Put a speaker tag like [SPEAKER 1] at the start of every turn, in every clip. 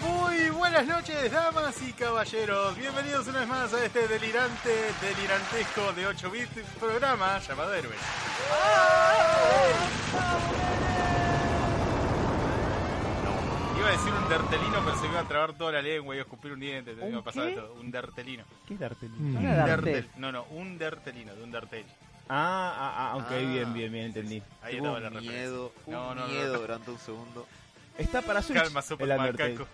[SPEAKER 1] Muy buenas noches, damas y caballeros. Bienvenidos una vez más a este delirante, delirantesco de 8 bits programa llamado Héroes. No, Iba a decir un dertelino, pero se me iba a trabar toda la lengua, iba a escupir un diente, te
[SPEAKER 2] ¿Un
[SPEAKER 1] iba a pasar
[SPEAKER 2] qué?
[SPEAKER 1] de todo. Un dertelino.
[SPEAKER 3] ¿Qué Dartel?
[SPEAKER 2] Una
[SPEAKER 1] Un
[SPEAKER 2] darte.
[SPEAKER 1] dertel- No, no, un dertelino, de un dertel.
[SPEAKER 3] Ah, ah, ah, ok,
[SPEAKER 4] Ah.
[SPEAKER 3] bien, bien, bien, entendí.
[SPEAKER 1] Ahí
[SPEAKER 4] Tuvo
[SPEAKER 1] estaba la
[SPEAKER 4] un
[SPEAKER 1] referencia.
[SPEAKER 4] miedo, un
[SPEAKER 1] No, no, no.
[SPEAKER 4] miedo durante un segundo.
[SPEAKER 3] Está para Switch
[SPEAKER 1] Calma, super
[SPEAKER 3] el Undertale.
[SPEAKER 1] macaco.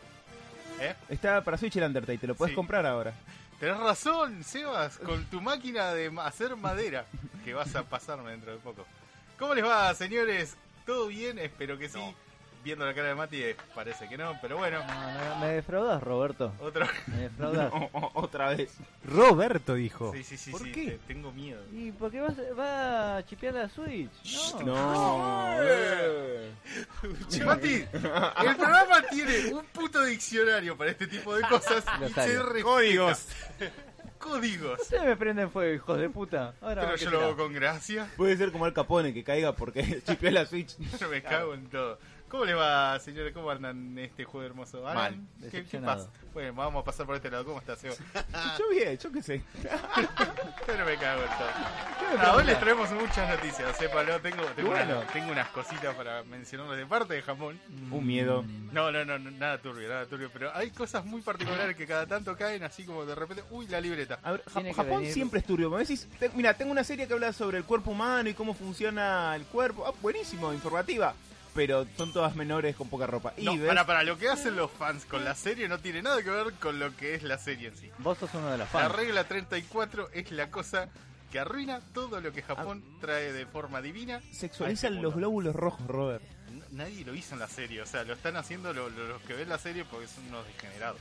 [SPEAKER 1] ¿Eh?
[SPEAKER 3] Está para Switch el Undertale, te lo puedes
[SPEAKER 1] Sí.
[SPEAKER 3] comprar ahora.
[SPEAKER 1] Tenés razón, Sebas, con tu máquina de ma- hacer madera, que vas a pasarme dentro de poco. ¿Cómo les va, señores? ¿Todo bien? Espero que sí. Viendo la cara de Mati, eh, parece que no, pero bueno.
[SPEAKER 2] No, no, me defraudas, Roberto.
[SPEAKER 1] Otro.
[SPEAKER 2] Me defraudas.
[SPEAKER 1] Oh,
[SPEAKER 3] O- o- otra vez.
[SPEAKER 5] Roberto dijo.
[SPEAKER 1] Sí, sí, sí,
[SPEAKER 2] ¿Por
[SPEAKER 1] sí,
[SPEAKER 2] qué?
[SPEAKER 1] te- tengo miedo.
[SPEAKER 2] ¿Y por qué vas, va a chipear la Switch? No.
[SPEAKER 3] No. eh.
[SPEAKER 1] Mati, el programa tiene un puto diccionario para este tipo de cosas. y
[SPEAKER 2] Rosario.
[SPEAKER 1] se respeta.
[SPEAKER 5] Códigos.
[SPEAKER 1] Códigos.
[SPEAKER 2] Ustedes me prenden fuego, hijos de puta. Ahora,
[SPEAKER 1] Pero
[SPEAKER 2] ¿qué
[SPEAKER 1] yo lo
[SPEAKER 2] será?
[SPEAKER 1] hago con gracia.
[SPEAKER 3] Puede ser como el Capone que caiga porque chipeó la Switch.
[SPEAKER 1] Yo me cago en todo. ¿Cómo le va, señores? ¿Cómo andan en este juego hermoso? ¿Alan?
[SPEAKER 2] Mal,
[SPEAKER 1] ¿Qué, qué
[SPEAKER 2] decepcionado.
[SPEAKER 1] pasa? Bueno, vamos a pasar por este lado. ¿Cómo estás, Seba?
[SPEAKER 3] Yo bien, yo qué sé.
[SPEAKER 1] Pero me cago en todo. A hoy les traemos muchas noticias, sépalo. Tengo, tengo,
[SPEAKER 3] Bueno.
[SPEAKER 1] una- tengo unas cositas para mencionarles de parte de jamón.
[SPEAKER 2] Mm.
[SPEAKER 3] Un miedo.
[SPEAKER 1] No, no, no, no, nada turbio, nada turbio. Pero hay cosas muy particulares que cada tanto caen, así como de repente, uy, la libreta.
[SPEAKER 3] A ver, Ja-
[SPEAKER 2] Tiene que
[SPEAKER 3] Japón
[SPEAKER 2] venir-
[SPEAKER 3] siempre es turbio. Me decís, te- mira, tengo una serie que habla sobre el cuerpo humano y cómo funciona el cuerpo. Ah, buenísimo, informativa. Pero son todas menores con poca ropa. Y
[SPEAKER 1] No,
[SPEAKER 3] ves-
[SPEAKER 1] para, para, lo que hacen los fans con la serie no tiene nada que ver con lo que es la serie en sí.
[SPEAKER 2] Vos sos uno de los
[SPEAKER 1] La
[SPEAKER 2] fans.
[SPEAKER 1] regla 34 es la cosa que arruina todo lo que Japón trae de forma divina. a
[SPEAKER 3] Ah. sexualizan
[SPEAKER 1] este
[SPEAKER 3] los
[SPEAKER 1] mundo.
[SPEAKER 3] glóbulos rojos, Robert.
[SPEAKER 1] N- Nadie lo hizo en la serie, o sea, lo están haciendo lo- lo- los que ven la serie porque son unos degenerados.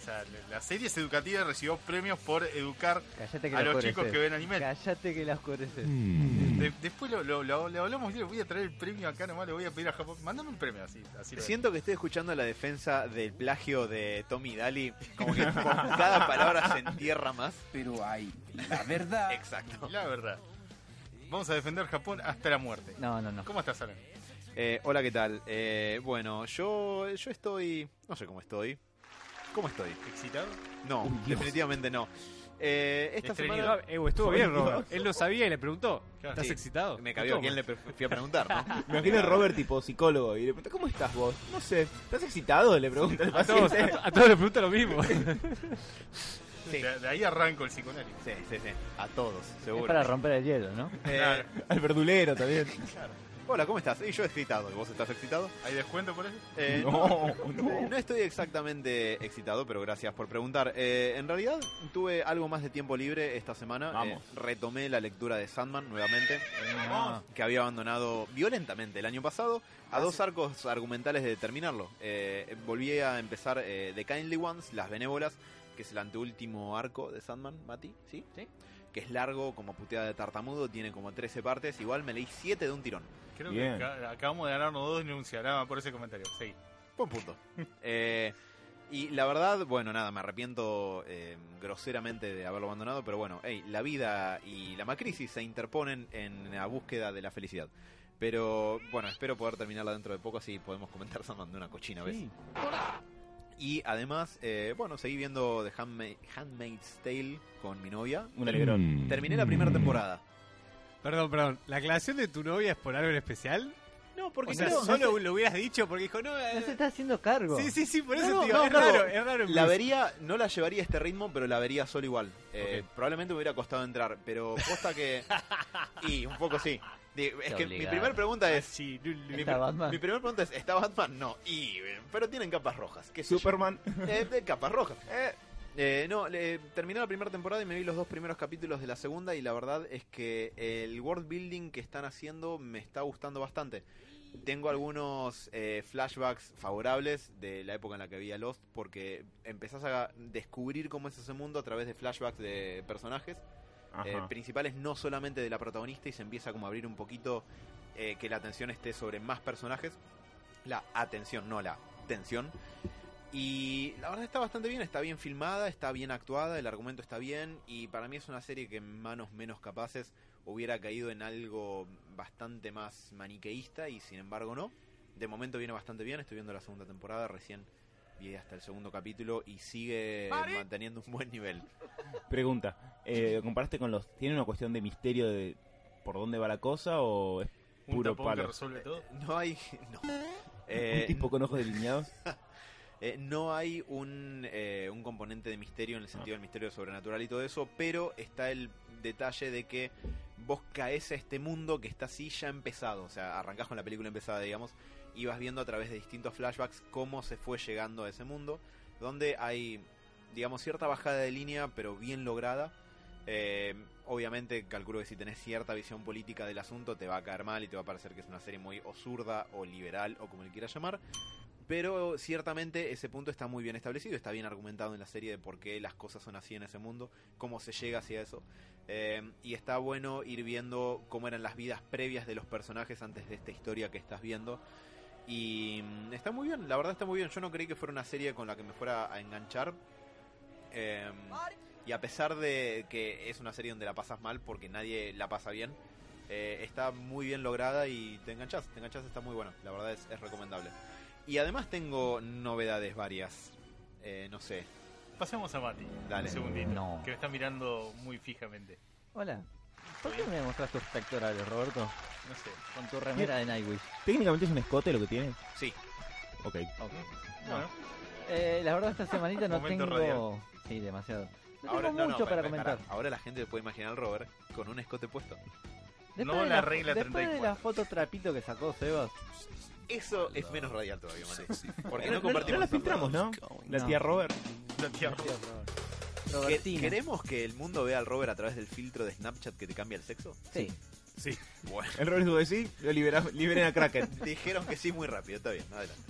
[SPEAKER 1] O sea, la- la serie es educativa y recibió premios por educar
[SPEAKER 2] Cállate que
[SPEAKER 1] a
[SPEAKER 2] la
[SPEAKER 1] los chicos
[SPEAKER 2] oscureces.
[SPEAKER 1] que ven anime. Mm.
[SPEAKER 2] Cállate que la oscureces.
[SPEAKER 1] De- después lo, lo- lo- lo hablamos, yo le voy a traer el premio acá nomás, le voy a pedir a Japón. Mándame un premio así. así lo-
[SPEAKER 4] Siento que estoy escuchando la defensa del plagio de Tommy Daly, como que con cada palabra se entierra más.
[SPEAKER 6] pero hay la verdad.
[SPEAKER 4] Exacto.
[SPEAKER 1] La verdad. Vamos a defender Japón hasta la muerte.
[SPEAKER 2] No, no, no.
[SPEAKER 1] ¿Cómo estás, Alan?
[SPEAKER 4] Eh, hola, ¿qué tal? Eh, bueno, yo, yo estoy... No sé cómo estoy. ¿Cómo estoy?
[SPEAKER 1] ¿Excitado?
[SPEAKER 4] No, definitivamente no. Eh, esta
[SPEAKER 1] Estreñido.
[SPEAKER 4] semana
[SPEAKER 5] Eh, estuvo bien, Robert. Él lo sabía y le preguntó.
[SPEAKER 1] Claro.
[SPEAKER 5] ¿Estás
[SPEAKER 4] Sí.
[SPEAKER 5] excitado?
[SPEAKER 4] me cabió a
[SPEAKER 5] Toma.
[SPEAKER 4] quién le pre- fui a preguntar, ¿no?
[SPEAKER 3] Me imagino a Robert tipo psicólogo y le pregunta, ¿cómo estás vos? No sé, ¿estás excitado? Le pregunta al
[SPEAKER 5] A todos,
[SPEAKER 3] paciente.
[SPEAKER 5] a todos les pregunta lo mismo.
[SPEAKER 4] Sí.
[SPEAKER 1] De, de ahí arranco el psicoanálisis.
[SPEAKER 4] Sí, sí, sí. A todos,
[SPEAKER 2] Es
[SPEAKER 4] seguro.
[SPEAKER 2] para romper el hielo, ¿no?
[SPEAKER 4] Eh,
[SPEAKER 1] Claro.
[SPEAKER 3] Al verdulero también.
[SPEAKER 4] Hola, ¿cómo estás? Y yo excitado. ¿Y vos estás excitado?
[SPEAKER 1] ¿Hay descuento por eso?
[SPEAKER 4] Eh,
[SPEAKER 3] No,
[SPEAKER 4] Eh,
[SPEAKER 3] no.
[SPEAKER 4] No estoy exactamente excitado, pero gracias por preguntar. Eh, en realidad tuve algo más de tiempo libre esta semana.
[SPEAKER 3] Vamos.
[SPEAKER 4] Eh, retomé la lectura de Sandman nuevamente,
[SPEAKER 1] Eh,
[SPEAKER 2] No.
[SPEAKER 4] que había abandonado violentamente el año pasado, a dos arcos argumentales de terminarlo. Eh, volví a empezar eh, The Kindly Ones, Las Benévolas, que es el anteúltimo arco de Sandman, Mati, ¿sí?
[SPEAKER 2] Sí.
[SPEAKER 4] Que es largo, como puteada de tartamudo, tiene como 13 partes. Igual me leí 7 de un tirón.
[SPEAKER 1] Creo
[SPEAKER 3] Bien.
[SPEAKER 1] que acá- acabamos de ganarnos dos denuncias, nada más por ese comentario. Sí.
[SPEAKER 4] Buen punto. Eh, y la verdad, bueno, nada, me arrepiento eh, groseramente de haberlo abandonado, pero bueno, hey, la vida y la macrisis se interponen en la búsqueda de la felicidad. Pero bueno, espero poder terminarla dentro de poco, así podemos comentar Sandman de una cochina vez.
[SPEAKER 2] Sí.
[SPEAKER 4] Y además, eh, bueno, seguí viendo The Handma- Handmaid's Tale con mi novia.
[SPEAKER 3] Un alegrón. Mm.
[SPEAKER 4] Terminé la primera temporada.
[SPEAKER 5] Perdón, perdón. ¿La aclaración de tu novia es por algo en especial?
[SPEAKER 4] No, porque
[SPEAKER 5] o sea,
[SPEAKER 4] creo-
[SPEAKER 5] solo lo hubieras dicho porque dijo, no. eh,
[SPEAKER 2] No se está haciendo cargo.
[SPEAKER 5] sí, sí, sí, por eso,
[SPEAKER 4] No,
[SPEAKER 5] tío.
[SPEAKER 4] no,
[SPEAKER 5] es
[SPEAKER 4] no.
[SPEAKER 5] raro, es raro.
[SPEAKER 4] La
[SPEAKER 5] Bruce.
[SPEAKER 4] vería, no la llevaría a este ritmo, pero la vería solo igual. Eh, Probablemente me hubiera costado entrar, pero posta que. y un poco sí. Di- Es
[SPEAKER 2] Te
[SPEAKER 4] que mi
[SPEAKER 2] obligaron.
[SPEAKER 4] primera pregunta es.
[SPEAKER 5] Sí, lu- lu-
[SPEAKER 4] Mi,
[SPEAKER 2] ¿Está
[SPEAKER 4] pr-
[SPEAKER 2] Batman?
[SPEAKER 4] mi primera pregunta es: ¿está Batman? No. Y, eh, pero tienen capas rojas. ¿Qué sé yo?
[SPEAKER 3] Superman.
[SPEAKER 4] Eh, de capas rojas. Eh, Eh, no, le- terminé la primera temporada y me vi los dos primeros capítulos de la segunda y la verdad es que el world building que están haciendo me está gustando bastante. Tengo algunos eh, flashbacks favorables de la época en la que vi a Lost porque empezás a descubrir cómo es ese mundo a través de flashbacks de personajes eh,
[SPEAKER 3] Ajá.
[SPEAKER 4] principales no solamente de la protagonista y se empieza como a abrir un poquito eh, que la atención esté sobre más personajes. La atención, no la tensión. Y la verdad está bastante bien, está bien filmada, está bien actuada, el argumento está bien y para mí es una serie que en manos menos capaces hubiera caído en algo bastante más maniqueísta y sin embargo no. De momento viene bastante bien, estoy viendo la segunda temporada, recién vi hasta el segundo capítulo y sigue manteniendo un buen nivel.
[SPEAKER 3] Pregunta, eh, ¿lo comparaste con los... ¿Tiene una cuestión de misterio de por dónde va la cosa o es
[SPEAKER 1] Un
[SPEAKER 3] puro
[SPEAKER 1] tapón que
[SPEAKER 3] palo?
[SPEAKER 1] resuelve todo.
[SPEAKER 4] No hay... No. Eh,
[SPEAKER 3] ¿Un tipo con ojos delineados?
[SPEAKER 4] Eh, no hay un, eh, un componente de misterio en el sentido del misterio sobrenatural y todo eso, pero está el detalle de que vos caes a este mundo que está así ya empezado, o sea, arrancás con la película empezada, digamos, y vas viendo a través de distintos flashbacks cómo se fue llegando a ese mundo, donde hay, digamos, cierta bajada de línea, pero bien lograda. Eh, obviamente, calculo que si tenés cierta visión política del asunto, te va a caer mal y te va a parecer que es una serie muy o zurda o liberal o como le quieras llamar. Pero ciertamente ese punto está muy bien establecido, está bien argumentado en la serie de por qué las cosas son así en ese mundo, cómo se llega hacia eso. Eh, y está bueno ir viendo cómo eran las vidas previas de los personajes antes de esta historia que estás viendo. Y mm, está muy bien, la verdad está muy bien. Yo no creí que fuera una serie con la que me fuera a enganchar. Eh, y a pesar de que es una serie donde la pasas mal porque nadie la pasa bien, eh, está muy bien lograda y te enganchas, te enganchas, está muy bueno. La verdad es- es recomendable. Y además tengo novedades varias. Eh, no sé.
[SPEAKER 1] Pasemos a Mati.
[SPEAKER 4] Dale.
[SPEAKER 1] Un segundito.
[SPEAKER 2] No.
[SPEAKER 1] Que me está mirando muy fijamente.
[SPEAKER 2] Hola. ¿Por qué me mostraste tus pectorales, Roberto?
[SPEAKER 1] No sé.
[SPEAKER 2] Con tu remera de Nightwish.
[SPEAKER 3] ¿Técnicamente es un escote lo que tiene?
[SPEAKER 4] Sí,
[SPEAKER 3] Ok.
[SPEAKER 2] Ok.
[SPEAKER 1] Bueno,
[SPEAKER 2] Eh, la verdad esta semanita no
[SPEAKER 1] Momento
[SPEAKER 2] tengo...
[SPEAKER 1] radial.
[SPEAKER 2] Sí, demasiado. No
[SPEAKER 4] ahora
[SPEAKER 2] tengo
[SPEAKER 4] no, no,
[SPEAKER 2] mucho para,
[SPEAKER 4] pará, pará.
[SPEAKER 2] comentar.
[SPEAKER 4] Ahora la gente puede imaginar al Robert con un escote puesto.
[SPEAKER 1] No la regla
[SPEAKER 2] Después de
[SPEAKER 1] 34.
[SPEAKER 2] la foto trapito que sacó Sebas.
[SPEAKER 4] Eso es menos radial todavía, Mati. Porque no,
[SPEAKER 3] No,
[SPEAKER 4] compartimos.
[SPEAKER 3] la filtramos, ¿no? La
[SPEAKER 2] No.
[SPEAKER 3] tía Robert.
[SPEAKER 1] la tía-
[SPEAKER 4] ¿Que-
[SPEAKER 2] Robertina.
[SPEAKER 4] ¿Queremos que el mundo vea al Robert a través del filtro de Snapchat que te cambia el sexo?
[SPEAKER 2] Sí.
[SPEAKER 4] Bueno,
[SPEAKER 3] El Robert dijo sí, lo libera- liberen a Kraken.
[SPEAKER 4] dijeron que sí muy rápido, está bien, adelante.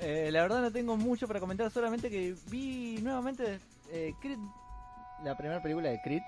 [SPEAKER 2] Eh, la verdad no tengo mucho para comentar, solamente que vi nuevamente eh, Creed, la primera película de Creed,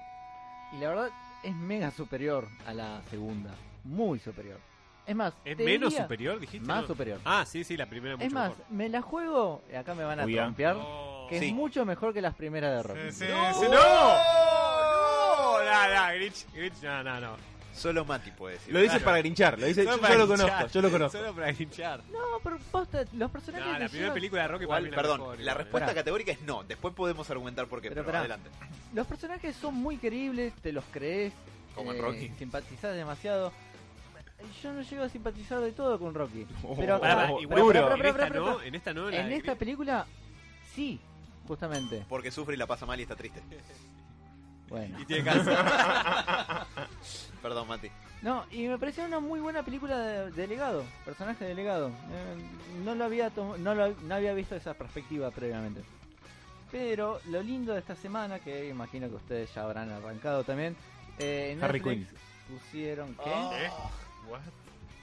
[SPEAKER 2] y la verdad es mega superior a la segunda, muy superior. Es más,
[SPEAKER 5] ¿Es
[SPEAKER 2] te
[SPEAKER 5] menos
[SPEAKER 2] diría
[SPEAKER 5] superior, dijiste?
[SPEAKER 2] Más
[SPEAKER 5] No.
[SPEAKER 2] superior.
[SPEAKER 5] Ah, sí, sí, la primera mucho
[SPEAKER 2] Es más,
[SPEAKER 5] mejor.
[SPEAKER 2] me la juego, y acá me van a
[SPEAKER 3] Uy, ah.
[SPEAKER 2] trompear,
[SPEAKER 5] No.
[SPEAKER 2] que
[SPEAKER 4] Sí.
[SPEAKER 2] es mucho mejor que las primeras de Rocky.
[SPEAKER 1] Sí, sí,
[SPEAKER 5] ¡No!
[SPEAKER 1] sí,
[SPEAKER 5] ¡No! No, no, Grinch, Grinch, no, no, no.
[SPEAKER 4] Solo Mati puede decir. Ah,
[SPEAKER 3] Lo dice
[SPEAKER 5] Claro.
[SPEAKER 3] para grinchar, lo dice,
[SPEAKER 5] Solo
[SPEAKER 3] yo,
[SPEAKER 5] para
[SPEAKER 3] yo lo
[SPEAKER 5] hinchar,
[SPEAKER 3] conozco, yo lo conozco.
[SPEAKER 5] Solo para hinchar. No,
[SPEAKER 2] No, pero posta, los personajes
[SPEAKER 5] la
[SPEAKER 2] que
[SPEAKER 5] primera
[SPEAKER 2] llevan-
[SPEAKER 5] película de Rocky
[SPEAKER 4] Igual,
[SPEAKER 5] para mí
[SPEAKER 4] perdón,
[SPEAKER 5] mejor,
[SPEAKER 4] la
[SPEAKER 5] igual,
[SPEAKER 4] respuesta
[SPEAKER 2] Pará.
[SPEAKER 4] categórica es no. Después podemos argumentar por qué, pero,
[SPEAKER 2] Pero pará.
[SPEAKER 4] adelante.
[SPEAKER 2] Los personajes son muy creíbles, te los crees. eh,
[SPEAKER 4] Como en Rocky.
[SPEAKER 2] Simpatizás demasiado. Yo no llego a simpatizar de todo con Rocky. Pero,
[SPEAKER 5] Oh, Pará, pará,
[SPEAKER 2] ah,
[SPEAKER 5] igual,
[SPEAKER 2] pero,
[SPEAKER 5] en
[SPEAKER 2] pero,
[SPEAKER 5] ¿eh?
[SPEAKER 2] pero,
[SPEAKER 5] esta
[SPEAKER 2] pero,
[SPEAKER 5] no,
[SPEAKER 2] pero,
[SPEAKER 5] en esta no. la
[SPEAKER 2] en
[SPEAKER 5] de
[SPEAKER 2] esta
[SPEAKER 5] Grinch.
[SPEAKER 2] película, sí, justamente.
[SPEAKER 4] Porque sufre y la pasa mal y está triste.
[SPEAKER 2] Bueno.
[SPEAKER 5] Y tiene cáncer.
[SPEAKER 4] Perdón, Mati.
[SPEAKER 2] No, y me pareció una muy buena película de, de legado, personaje de legado. Eh, no, lo había tom- no, lo- no había visto esa perspectiva previamente. Pero lo lindo de esta semana, que imagino que ustedes ya habrán arrancado también, eh, en
[SPEAKER 3] Harry
[SPEAKER 2] Netflix pusieron... ¿Qué?
[SPEAKER 5] Oh.
[SPEAKER 1] ¿Eh? What?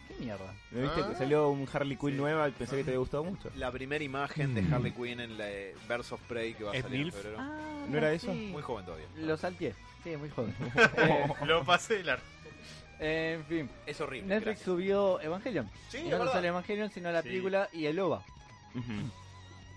[SPEAKER 2] ¿Qué mierda?
[SPEAKER 4] Ah.
[SPEAKER 3] ¿Lo viste? Que salió un Harley Quinn nueva y pensé que te había gustado mucho.
[SPEAKER 4] La primera imagen de Harley Quinn en la eh, Versus Prey que va a
[SPEAKER 5] ¿Es
[SPEAKER 4] salir en
[SPEAKER 5] MILF?
[SPEAKER 4] febrero.
[SPEAKER 2] Ah,
[SPEAKER 3] ¿No era eso?
[SPEAKER 2] sí.
[SPEAKER 4] Muy joven todavía.
[SPEAKER 2] Lo salteé. Sí, muy joven. Eh,
[SPEAKER 1] Lo pasé de largo.
[SPEAKER 2] eh, en fin,
[SPEAKER 4] Es horrible.
[SPEAKER 2] Netflix
[SPEAKER 4] gracias.
[SPEAKER 2] subió Evangelion.
[SPEAKER 4] Sí,
[SPEAKER 2] Y
[SPEAKER 4] es
[SPEAKER 2] no
[SPEAKER 4] verdad.
[SPEAKER 2] no sale Evangelion, sino la
[SPEAKER 1] Sí.
[SPEAKER 2] película y el OVA.
[SPEAKER 3] Ujú.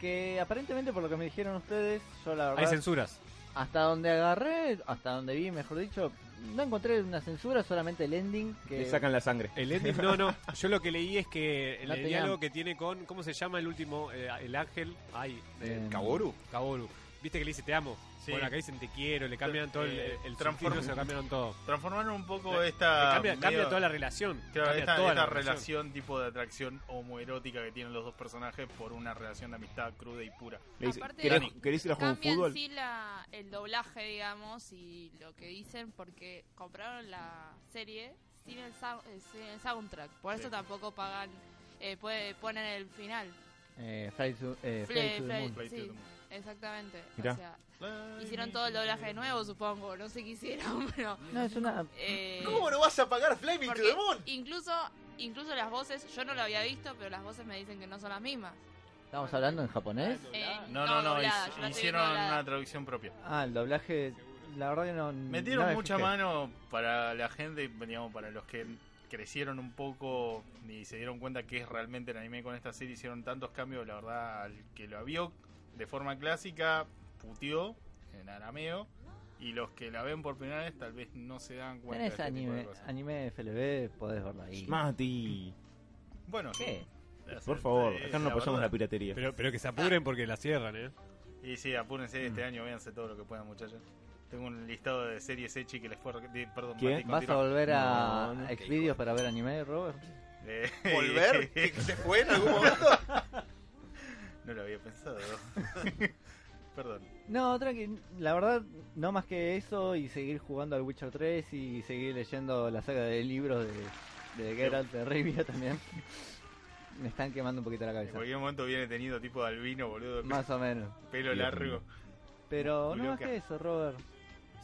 [SPEAKER 2] Que aparentemente, por lo que me dijeron ustedes, yo la
[SPEAKER 5] Hay
[SPEAKER 2] verdad,
[SPEAKER 5] censuras.
[SPEAKER 2] hasta donde agarré, hasta donde vi, mejor dicho, no encontré una censura, solamente el ending. Que...
[SPEAKER 3] Le sacan la sangre.
[SPEAKER 5] El ending, no, no. Yo lo que leí es que el
[SPEAKER 2] No tenía-
[SPEAKER 5] diálogo que tiene con. ¿Cómo se llama el último? Eh, el ángel. Ay, eh,
[SPEAKER 2] Eh,
[SPEAKER 4] ¿Kaworu?
[SPEAKER 5] Kaoru. Viste que le dice te amo.
[SPEAKER 1] Sí.
[SPEAKER 5] Bueno, acá dicen te quiero, le cambian todo el,
[SPEAKER 1] Eh,
[SPEAKER 5] el
[SPEAKER 1] transform-
[SPEAKER 5] subtítulo, se lo cambiaron todo.
[SPEAKER 1] Transformaron un poco
[SPEAKER 5] Le-
[SPEAKER 1] esta.
[SPEAKER 5] cambia, cambia
[SPEAKER 1] medio-
[SPEAKER 5] toda la relación.
[SPEAKER 1] Claro,
[SPEAKER 5] cambia
[SPEAKER 1] esta,
[SPEAKER 5] toda
[SPEAKER 1] esta
[SPEAKER 5] la
[SPEAKER 1] relación. tipo de atracción homoerótica que tienen los dos personajes por una relación de amistad cruda y pura.
[SPEAKER 3] Le dice,
[SPEAKER 7] Aparte,
[SPEAKER 3] ¿querés, querés ir a jugar un
[SPEAKER 7] Cambian
[SPEAKER 3] fútbol?
[SPEAKER 7] sí la- el doblaje, digamos, y lo que dicen porque compraron la serie sin el, sou- eh, sin el soundtrack. Por eso
[SPEAKER 1] Sí.
[SPEAKER 7] tampoco pagan, eh, puede, ponen el final.
[SPEAKER 2] Eh, Fly to- eh,
[SPEAKER 7] Fly-
[SPEAKER 2] Fly to the
[SPEAKER 7] Fly-
[SPEAKER 2] Moon.
[SPEAKER 1] Eh, Play to
[SPEAKER 7] Sí.
[SPEAKER 1] the moon.
[SPEAKER 7] Exactamente.
[SPEAKER 3] Mirá.
[SPEAKER 7] O sea, hicieron todo el doblaje de nuevo, supongo. No sé qué hicieron, pero.
[SPEAKER 2] No, es una.
[SPEAKER 7] eh,
[SPEAKER 4] ¿Cómo no vas a pagar Flaming to
[SPEAKER 7] porque
[SPEAKER 4] the Moon?
[SPEAKER 7] incluso, incluso las voces, yo no lo había visto, pero las voces me dicen que no son las mismas.
[SPEAKER 2] ¿Estamos hablando en japonés?
[SPEAKER 7] En-
[SPEAKER 1] No, no, no,
[SPEAKER 7] doblada,
[SPEAKER 1] hic-
[SPEAKER 7] yo la estoy
[SPEAKER 1] hicieron
[SPEAKER 7] viendo doblada.
[SPEAKER 1] una traducción propia.
[SPEAKER 2] Ah, el doblaje. La verdad que no.
[SPEAKER 1] Metieron
[SPEAKER 2] no me
[SPEAKER 1] mucha
[SPEAKER 2] fijé.
[SPEAKER 1] mano para la gente, digamos, para los que crecieron un poco y se dieron cuenta que es realmente el anime con esta serie. Hicieron tantos cambios, la verdad, al que lo vio de forma clásica, puteó en arameo. Y los que la ven por primera vez tal vez no se dan cuenta. de
[SPEAKER 2] Tenés
[SPEAKER 1] este tipo de
[SPEAKER 2] anime,
[SPEAKER 1] cosas.
[SPEAKER 2] anime FLB, podés verlo ahí.
[SPEAKER 3] Mati,
[SPEAKER 1] Bueno,
[SPEAKER 2] ¿Qué?
[SPEAKER 3] por favor,
[SPEAKER 1] eh,
[SPEAKER 3] acá no apoyamos
[SPEAKER 1] verdad.
[SPEAKER 3] la piratería.
[SPEAKER 5] Pero, pero que se
[SPEAKER 1] Ah.
[SPEAKER 5] apuren porque la cierran, ¿eh?
[SPEAKER 1] Y sí, apúrense este año, véanse todo lo que puedan, muchachos. Tengo un listado de series Echi que les puedo. re- de- Perdón,
[SPEAKER 3] ¿Qué?
[SPEAKER 1] Mati,
[SPEAKER 2] ¿Vas a
[SPEAKER 1] continúa.
[SPEAKER 2] volver a,
[SPEAKER 3] No, no,
[SPEAKER 2] a
[SPEAKER 4] qué hijo de-
[SPEAKER 2] Xvideos para ver anime, Robert?
[SPEAKER 1] Eh,
[SPEAKER 4] ¿Volver? ¿Que se fue en algún momento?
[SPEAKER 1] no lo había pensado. perdón.
[SPEAKER 2] No, tranqui, la verdad, no más que eso y seguir jugando al Witcher 3 y seguir leyendo la saga de libros de, de Geralt de Rivia también. Me están quemando un poquito la
[SPEAKER 1] En
[SPEAKER 2] cabeza.
[SPEAKER 1] cualquier momento viene tenido tipo de albino, boludo. con
[SPEAKER 2] Más o menos.
[SPEAKER 1] pelo
[SPEAKER 3] Dios
[SPEAKER 1] largo.
[SPEAKER 2] Pero no
[SPEAKER 1] Loca.
[SPEAKER 2] más que eso, Robert.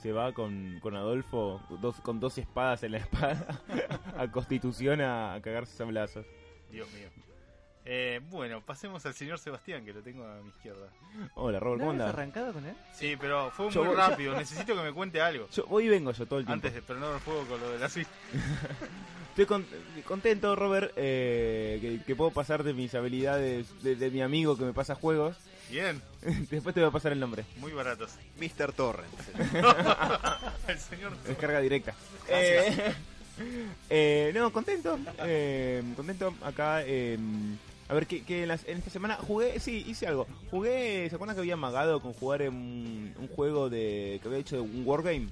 [SPEAKER 3] Se va con, con Adolfo, dos, con dos espadas en la espalda, a Constitución a, a cagarse a blazos.
[SPEAKER 1] Dios mío. Eh, bueno, pasemos al señor Sebastián, que lo tengo a mi izquierda.
[SPEAKER 3] Hola, Robert,
[SPEAKER 2] ¿No
[SPEAKER 3] ¿cómo
[SPEAKER 2] habías
[SPEAKER 3] andás?
[SPEAKER 2] arrancado con él?
[SPEAKER 1] Sí, pero fue
[SPEAKER 3] Yo
[SPEAKER 1] muy
[SPEAKER 3] voy- yo-
[SPEAKER 1] rápido. Necesito que me cuente algo.
[SPEAKER 3] Yo voy y vengo yo todo el tiempo.
[SPEAKER 1] Antes de prender fuego con lo de la suite.
[SPEAKER 3] Estoy con- contento, Robert, eh, que, que puedo pasar de mis habilidades de, de mi amigo que me pasa juegos.
[SPEAKER 1] Bien,
[SPEAKER 3] Después te voy a pasar el nombre.
[SPEAKER 1] muy baratos.
[SPEAKER 4] Mr. Torrent.
[SPEAKER 1] El señor.
[SPEAKER 3] Descarga directa. Eh, eh, no, contento. eh, contento acá. eh, a ver, que, que en, las- en esta semana jugué, sí, hice algo. Jugué, ¿se acuerdan que había amagado con jugar en un, un juego de que había hecho de un wargame?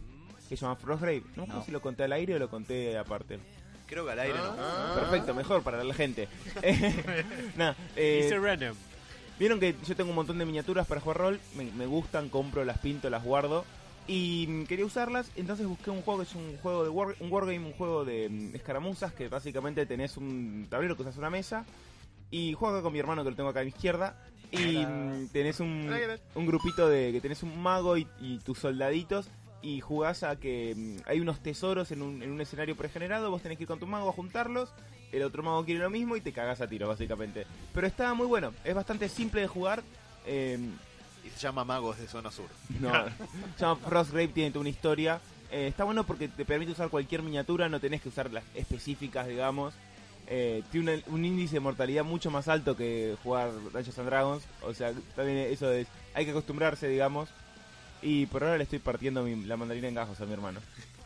[SPEAKER 3] Que se llama Frostgrave. No, sé
[SPEAKER 2] No.
[SPEAKER 3] si lo conté al aire o lo conté aparte.
[SPEAKER 4] Creo que al aire no.
[SPEAKER 3] Perfecto, mejor para la gente. Eh, nada, eh,
[SPEAKER 5] Dice random.
[SPEAKER 3] Vieron que yo tengo un montón de miniaturas para jugar rol, me, me gustan, compro, las pinto, las guardo. Y mm, quería usarlas, entonces busqué un juego que es un juego de war- un wargame, un juego de mm, escaramuzas, que básicamente tenés un tablero que usas una mesa. Y juego acá con mi hermano que lo tengo acá a mi izquierda. Y mm, tenés un,
[SPEAKER 1] Hola, ¿qué tal?
[SPEAKER 3] un grupito de. que tenés un mago y, y tus soldaditos. Y jugás a que mm, hay unos tesoros en un, en un escenario pregenerado. Vos tenés que ir con tu mago a juntarlos. El otro mago quiere lo mismo y te cagás a tiro, básicamente. Pero está muy bueno. Es bastante simple de jugar. eh,
[SPEAKER 4] Y se llama Magos de Zona Sur.
[SPEAKER 3] no, se llama Frostgrave, tiene toda una historia. Eh, está bueno porque te permite usar cualquier miniatura, no tenés que usar las específicas, digamos. Eh, tiene una- un índice de mortalidad mucho más alto que jugar Dungeons and Dragons. O sea, también eso es. Hay que acostumbrarse, digamos. Y por ahora le estoy partiendo mi- la mandarina en gajos a mi hermano.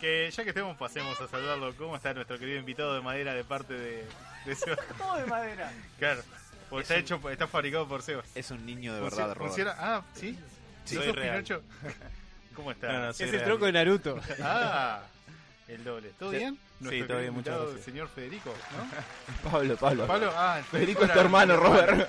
[SPEAKER 1] Que ya que estemos, pasemos a saludarlo. ¿Cómo está nuestro querido invitado de madera de parte de, de Seba?
[SPEAKER 2] Todo de madera.
[SPEAKER 1] Claro, porque está, hecho, está fabricado por Seba.
[SPEAKER 4] Es un niño de
[SPEAKER 1] Funcio-
[SPEAKER 4] verdad, Robert.
[SPEAKER 1] funciona- Ah, ¿sí?
[SPEAKER 4] Sí,
[SPEAKER 1] ¿No
[SPEAKER 4] soy
[SPEAKER 1] sos
[SPEAKER 4] real.
[SPEAKER 1] Pinocho? ¿Cómo está?
[SPEAKER 5] es el tronco de Naruto.
[SPEAKER 1] Ah, el doble. ¿Todo
[SPEAKER 3] Sí.
[SPEAKER 1] bien?
[SPEAKER 3] Sí,
[SPEAKER 1] Nuestro
[SPEAKER 3] todo bien,
[SPEAKER 1] querido
[SPEAKER 3] muchas
[SPEAKER 1] invitado,
[SPEAKER 3] gracias.
[SPEAKER 1] señor Federico, ¿no?
[SPEAKER 3] Pablo, Pablo.
[SPEAKER 1] Pablo, ah,
[SPEAKER 3] Federico es
[SPEAKER 1] era-
[SPEAKER 3] tu hermano, Robert.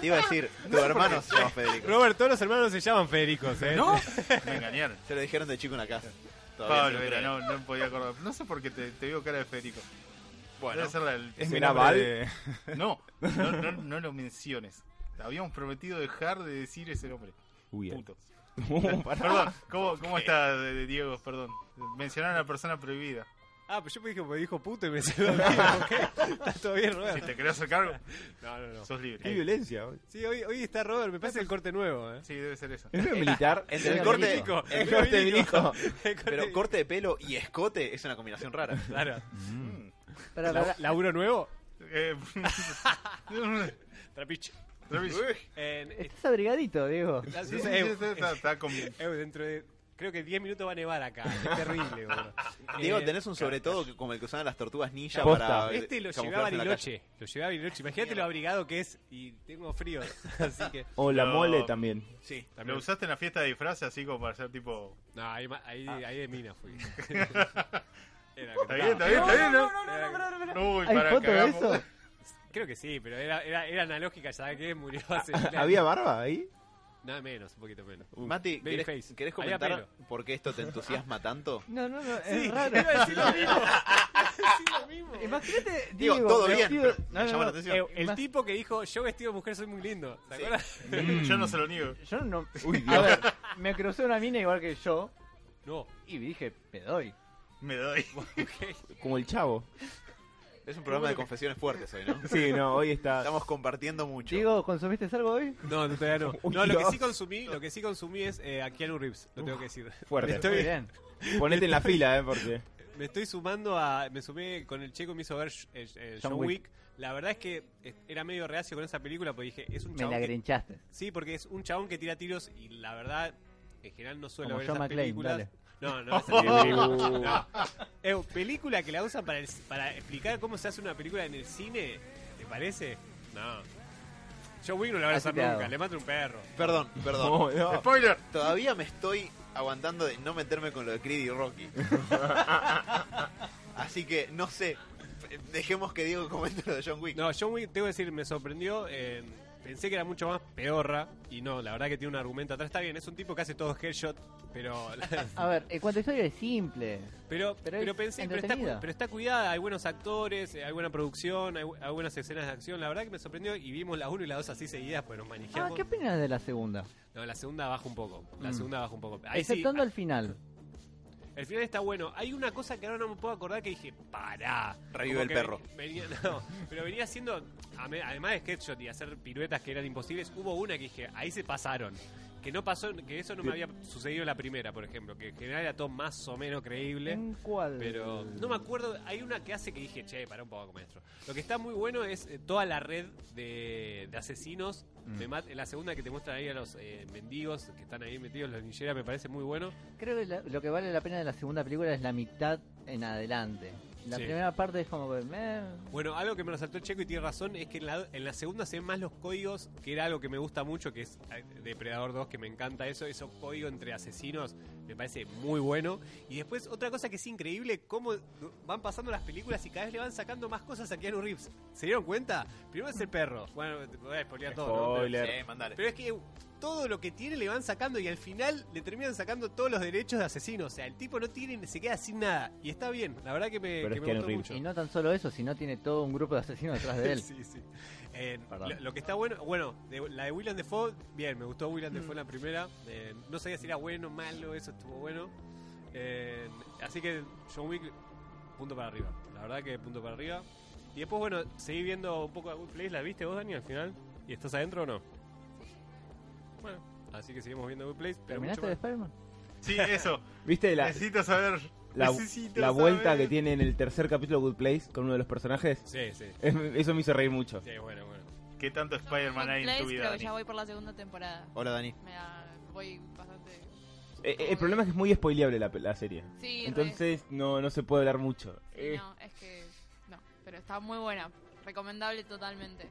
[SPEAKER 4] Te iba a decir, tu hermano se llama Federico.
[SPEAKER 5] Robert, todos los hermanos se llaman Federicos, ¿eh?
[SPEAKER 1] ¿No? Me engañaron.
[SPEAKER 4] Se lo dijeron de chico en la casa. Todavía
[SPEAKER 1] Pablo,
[SPEAKER 4] se lo
[SPEAKER 1] era,
[SPEAKER 4] creen.
[SPEAKER 1] no, no podía acordar. No sé por qué te, te veo cara de Federico.
[SPEAKER 4] Bueno,
[SPEAKER 1] Debe ser la- el-
[SPEAKER 3] Es
[SPEAKER 1] ese nombre
[SPEAKER 3] mi naval.
[SPEAKER 1] de-
[SPEAKER 5] Eh,
[SPEAKER 1] No, no, no, no lo menciones. Habíamos prometido dejar de decir ese nombre.
[SPEAKER 3] Uy, eh.
[SPEAKER 1] Punto.
[SPEAKER 3] Pará.
[SPEAKER 1] Perdón, ¿cómo, cómo está de- de Diego? Perdón. Mencionaron a la persona prohibida.
[SPEAKER 5] Ah, pues yo me dije, me dijo puto y me salió a mí, ¿ok? Está todo bien,
[SPEAKER 1] Si
[SPEAKER 5] Robert.
[SPEAKER 1] te querés hacer cargo,
[SPEAKER 5] No, no, no.
[SPEAKER 1] sos libre.
[SPEAKER 3] Qué violencia. hoy.
[SPEAKER 5] Sí, hoy, hoy está Robert, me pasa el corte nuevo, ¿eh?
[SPEAKER 1] Sí, debe ser eso.
[SPEAKER 3] ¿Es militar?
[SPEAKER 4] entre el
[SPEAKER 3] ¿Es
[SPEAKER 4] corte-
[SPEAKER 3] milico?
[SPEAKER 4] el
[SPEAKER 3] ¿Es corte milico?
[SPEAKER 5] El corte-
[SPEAKER 4] pero corte de pelo y escote es una combinación rara.
[SPEAKER 5] Claro.
[SPEAKER 2] Pero,
[SPEAKER 5] Lau- ¿Laburo nuevo?
[SPEAKER 1] Eh,
[SPEAKER 5] Trapiche.
[SPEAKER 1] Travis,
[SPEAKER 5] Eh,
[SPEAKER 2] estás abrigadito, Diego.
[SPEAKER 5] la-
[SPEAKER 1] sí, sí,
[SPEAKER 5] eh,
[SPEAKER 1] sí, está, está con-
[SPEAKER 5] eh, dentro de... Creo que 10 minutos va a nevar acá. Es terrible, boludo.
[SPEAKER 4] Diego,
[SPEAKER 5] Eh,
[SPEAKER 4] tenés un sobre todo que- como el que usaban las tortugas ninja
[SPEAKER 3] Posta.
[SPEAKER 4] para. eh,
[SPEAKER 5] Este lo
[SPEAKER 4] camuflarse
[SPEAKER 5] llevaba a
[SPEAKER 4] en la
[SPEAKER 5] Bariloche. Lo llevaba a Bariloche. Imagínate lo abrigado que es y tengo frío. Así que.
[SPEAKER 3] O la
[SPEAKER 1] No.
[SPEAKER 3] mole también.
[SPEAKER 4] calle. Sí.
[SPEAKER 1] ¿Lo usaste en la fiesta de disfraces así como para ser tipo...
[SPEAKER 5] No, ahí, ma- ahí, ahí de mina fui. Era
[SPEAKER 1] Ah. Está bien, está bien, está bien, ¿no? Uy,
[SPEAKER 2] ¿Hay
[SPEAKER 1] para
[SPEAKER 2] foto de
[SPEAKER 1] cagamos.
[SPEAKER 2] eso?
[SPEAKER 5] Creo que sí, pero era, era, era analógica, ya que murió hace. mil años.
[SPEAKER 3] ¿Había barba ahí?
[SPEAKER 5] Nada menos, un poquito menos.
[SPEAKER 4] Mati,
[SPEAKER 5] Babyface.
[SPEAKER 4] ¿querés, querés
[SPEAKER 5] Había
[SPEAKER 4] comentar por qué esto te entusiasma tanto?
[SPEAKER 2] No, no, no, es
[SPEAKER 5] Sí,
[SPEAKER 2] raro.
[SPEAKER 5] iba a decir lo mismo. Iba a decir lo mismo.
[SPEAKER 2] Imagínate,
[SPEAKER 4] Digo,
[SPEAKER 2] Diego,
[SPEAKER 4] todo
[SPEAKER 2] el
[SPEAKER 4] bien,
[SPEAKER 2] tío-
[SPEAKER 4] pero
[SPEAKER 2] no,
[SPEAKER 4] me
[SPEAKER 2] no,
[SPEAKER 4] llama la
[SPEAKER 2] no,
[SPEAKER 4] atención.
[SPEAKER 5] Eh, el
[SPEAKER 2] Más-
[SPEAKER 5] tipo que dijo, yo vestido de mujer soy muy lindo. ¿Te
[SPEAKER 4] Sí.
[SPEAKER 5] acuerdas?
[SPEAKER 1] Yo no se lo niego.
[SPEAKER 2] Yo no. a ver, me crucé una mina igual que yo
[SPEAKER 5] No,
[SPEAKER 2] y dije, me doy.
[SPEAKER 1] Me doy.
[SPEAKER 3] Como el chavo.
[SPEAKER 4] Es un programa de confesiones fuertes hoy, ¿no?
[SPEAKER 3] Sí, no, hoy está.
[SPEAKER 4] Estamos compartiendo mucho.
[SPEAKER 2] Diego, ¿consumiste algo hoy?
[SPEAKER 5] no, no, todavía no.
[SPEAKER 3] Uy,
[SPEAKER 5] No, lo que
[SPEAKER 3] Dios.
[SPEAKER 5] sí consumí, lo que sí consumí es eh, a Keanu Reeves, lo tengo que decir.
[SPEAKER 3] Fuerte.
[SPEAKER 5] Me estoy-
[SPEAKER 2] Muy bien.
[SPEAKER 3] Ponete en la fila, ¿eh? Porque.
[SPEAKER 5] Me estoy sumando a. Me sumé con el checo, me hizo ver sh- eh, eh,
[SPEAKER 2] John
[SPEAKER 5] John
[SPEAKER 2] Wick.
[SPEAKER 5] Wick. La verdad es que eh, era medio reacio con esa película porque dije, es un
[SPEAKER 2] Me
[SPEAKER 5] chabón.
[SPEAKER 2] la
[SPEAKER 5] que-
[SPEAKER 2] grinchaste.
[SPEAKER 5] sí, porque es un chabón que tira tiros y la verdad, en general no suelo
[SPEAKER 2] Como
[SPEAKER 5] ver
[SPEAKER 2] John
[SPEAKER 5] esas
[SPEAKER 2] McClane,
[SPEAKER 5] películas.
[SPEAKER 2] dale. Uh.
[SPEAKER 5] No, no, esa película- no. Es una película que la usan para, el- para explicar cómo se hace una película en el cine. ¿Te parece? No. John Wick no la van a
[SPEAKER 2] Así
[SPEAKER 5] hacer
[SPEAKER 2] te hago.
[SPEAKER 5] nunca, le mata un perro.
[SPEAKER 4] Perdón, perdón.
[SPEAKER 3] No, no.
[SPEAKER 1] ¡Spoiler!
[SPEAKER 4] Todavía me estoy aguantando de no meterme con lo de Creed y Rocky. Así que, no sé. Dejemos que Diego comente lo de John Wick.
[SPEAKER 5] No, John Wick, tengo que decir, me sorprendió. eh, pensé que era mucho más peorra. Y no, la verdad que tiene un argumento atrás. Está bien, es un tipo que hace todos headshot. Pero,
[SPEAKER 2] A ver, en cuanto a historia es simple.
[SPEAKER 5] pero,
[SPEAKER 2] Pero
[SPEAKER 5] pero,
[SPEAKER 2] es
[SPEAKER 5] pensé, pero está,
[SPEAKER 2] entretenida.
[SPEAKER 5] cu- pero está cuidada. Hay buenos actores, eh, hay buena producción, hay, bu- hay buenas escenas de acción. La verdad que me sorprendió. Y vimos la 1 y la 2 así seguidas, pues nos
[SPEAKER 2] Ah,
[SPEAKER 5] manejamos.
[SPEAKER 2] ¿qué opinas de la segunda?
[SPEAKER 5] no, la segunda baja un poco. La
[SPEAKER 2] Mm.
[SPEAKER 5] segunda baja un poco. Ahí sí, ah,
[SPEAKER 2] Exceptando al final.
[SPEAKER 5] El final está bueno. Hay una cosa que ahora no me puedo acordar que dije, pará.
[SPEAKER 4] Revive
[SPEAKER 5] Como
[SPEAKER 4] el
[SPEAKER 5] que
[SPEAKER 4] perro.
[SPEAKER 5] Venía, no, pero venía haciendo, a me- además de sketchshot y hacer piruetas que eran imposibles, hubo una que dije, ahí se pasaron. Que no pasó, que eso no me había sucedido en la primera, por ejemplo. Que en general era todo más o menos creíble.
[SPEAKER 2] ¿En cuál?
[SPEAKER 5] Pero no me acuerdo, hay una que hace que dije, che, para un poco, maestro. Lo que está muy bueno es eh, toda la red de, de asesinos. de mat- la segunda que te muestran ahí a los eh, mendigos que están ahí metidos, los ninjeras, me parece muy bueno.
[SPEAKER 2] Creo que la- lo que vale la pena de la segunda película es la mitad en adelante. La
[SPEAKER 5] Sí.
[SPEAKER 2] primera parte es como que. meh.
[SPEAKER 5] Bueno, algo que me resaltó el Checo y tiene razón es que en la, en la segunda se ven más los códigos, que era algo que me gusta mucho, que es eh, Depredador 2, que me encanta eso, esos códigos entre asesinos, me parece muy bueno. Y después, otra cosa que es increíble, cómo van pasando las películas y cada vez le van sacando más cosas a Keanu Reeves. ¿Se dieron cuenta? Primero es el perro. Bueno, te voy a spoilear todo. ¿no? Pero-
[SPEAKER 3] Spoiler.
[SPEAKER 4] Sí, mandale.
[SPEAKER 5] pero es que todo lo que tiene le van sacando y al final le terminan sacando todos los derechos de asesino. O sea, el tipo no tiene, se queda sin nada. Y está bien, la verdad que me,
[SPEAKER 3] Pero
[SPEAKER 5] que
[SPEAKER 3] es
[SPEAKER 5] me
[SPEAKER 3] Keanu
[SPEAKER 5] gustó
[SPEAKER 3] Reeves.
[SPEAKER 5] mucho.
[SPEAKER 2] Y no tan solo eso, sino tiene todo un grupo de asesinos detrás de él.
[SPEAKER 5] Sí, sí. Eh,
[SPEAKER 2] Perdón.
[SPEAKER 5] lo, lo que está bueno, bueno, de- la de William Defoe, bien, me gustó William Defoe la primera. Eh, no sabía si era bueno, malo, eso estuvo bueno. Eh, así que John Wick, punto para arriba. La verdad que punto para arriba. Y después, bueno, seguí viendo un poco de Good Place. ¿La viste vos, Dani, al final? ¿Y estás adentro o no? Bueno, así que seguimos viendo Good Place. Pero mucho
[SPEAKER 2] ¿Terminaste de
[SPEAKER 5] más.
[SPEAKER 2] Spider-Man?
[SPEAKER 1] Sí, eso.
[SPEAKER 3] ¿Viste la,
[SPEAKER 1] Necesito saber.
[SPEAKER 3] la-
[SPEAKER 1] necesito
[SPEAKER 3] la vuelta
[SPEAKER 1] saber.
[SPEAKER 3] que tiene en el tercer capítulo de Good Place con uno de los personajes?
[SPEAKER 5] Sí, sí.
[SPEAKER 3] Es- Eso me hizo reír mucho. Eh,
[SPEAKER 5] Sí, bueno, bueno.
[SPEAKER 1] ¿Qué tanto Spider-Man hay en tu vida?
[SPEAKER 7] creo que
[SPEAKER 1] Dani?
[SPEAKER 7] ya voy por la segunda temporada.
[SPEAKER 4] Hola, Dani.
[SPEAKER 7] Me da- voy bastante.
[SPEAKER 3] Eh, eh, el problema es que es muy spoileable la, la serie.
[SPEAKER 7] Sí, re.
[SPEAKER 3] Entonces no, no se puede hablar mucho.
[SPEAKER 4] eh.
[SPEAKER 7] Sí, no, es que. No, pero está muy buena. Recomendable totalmente.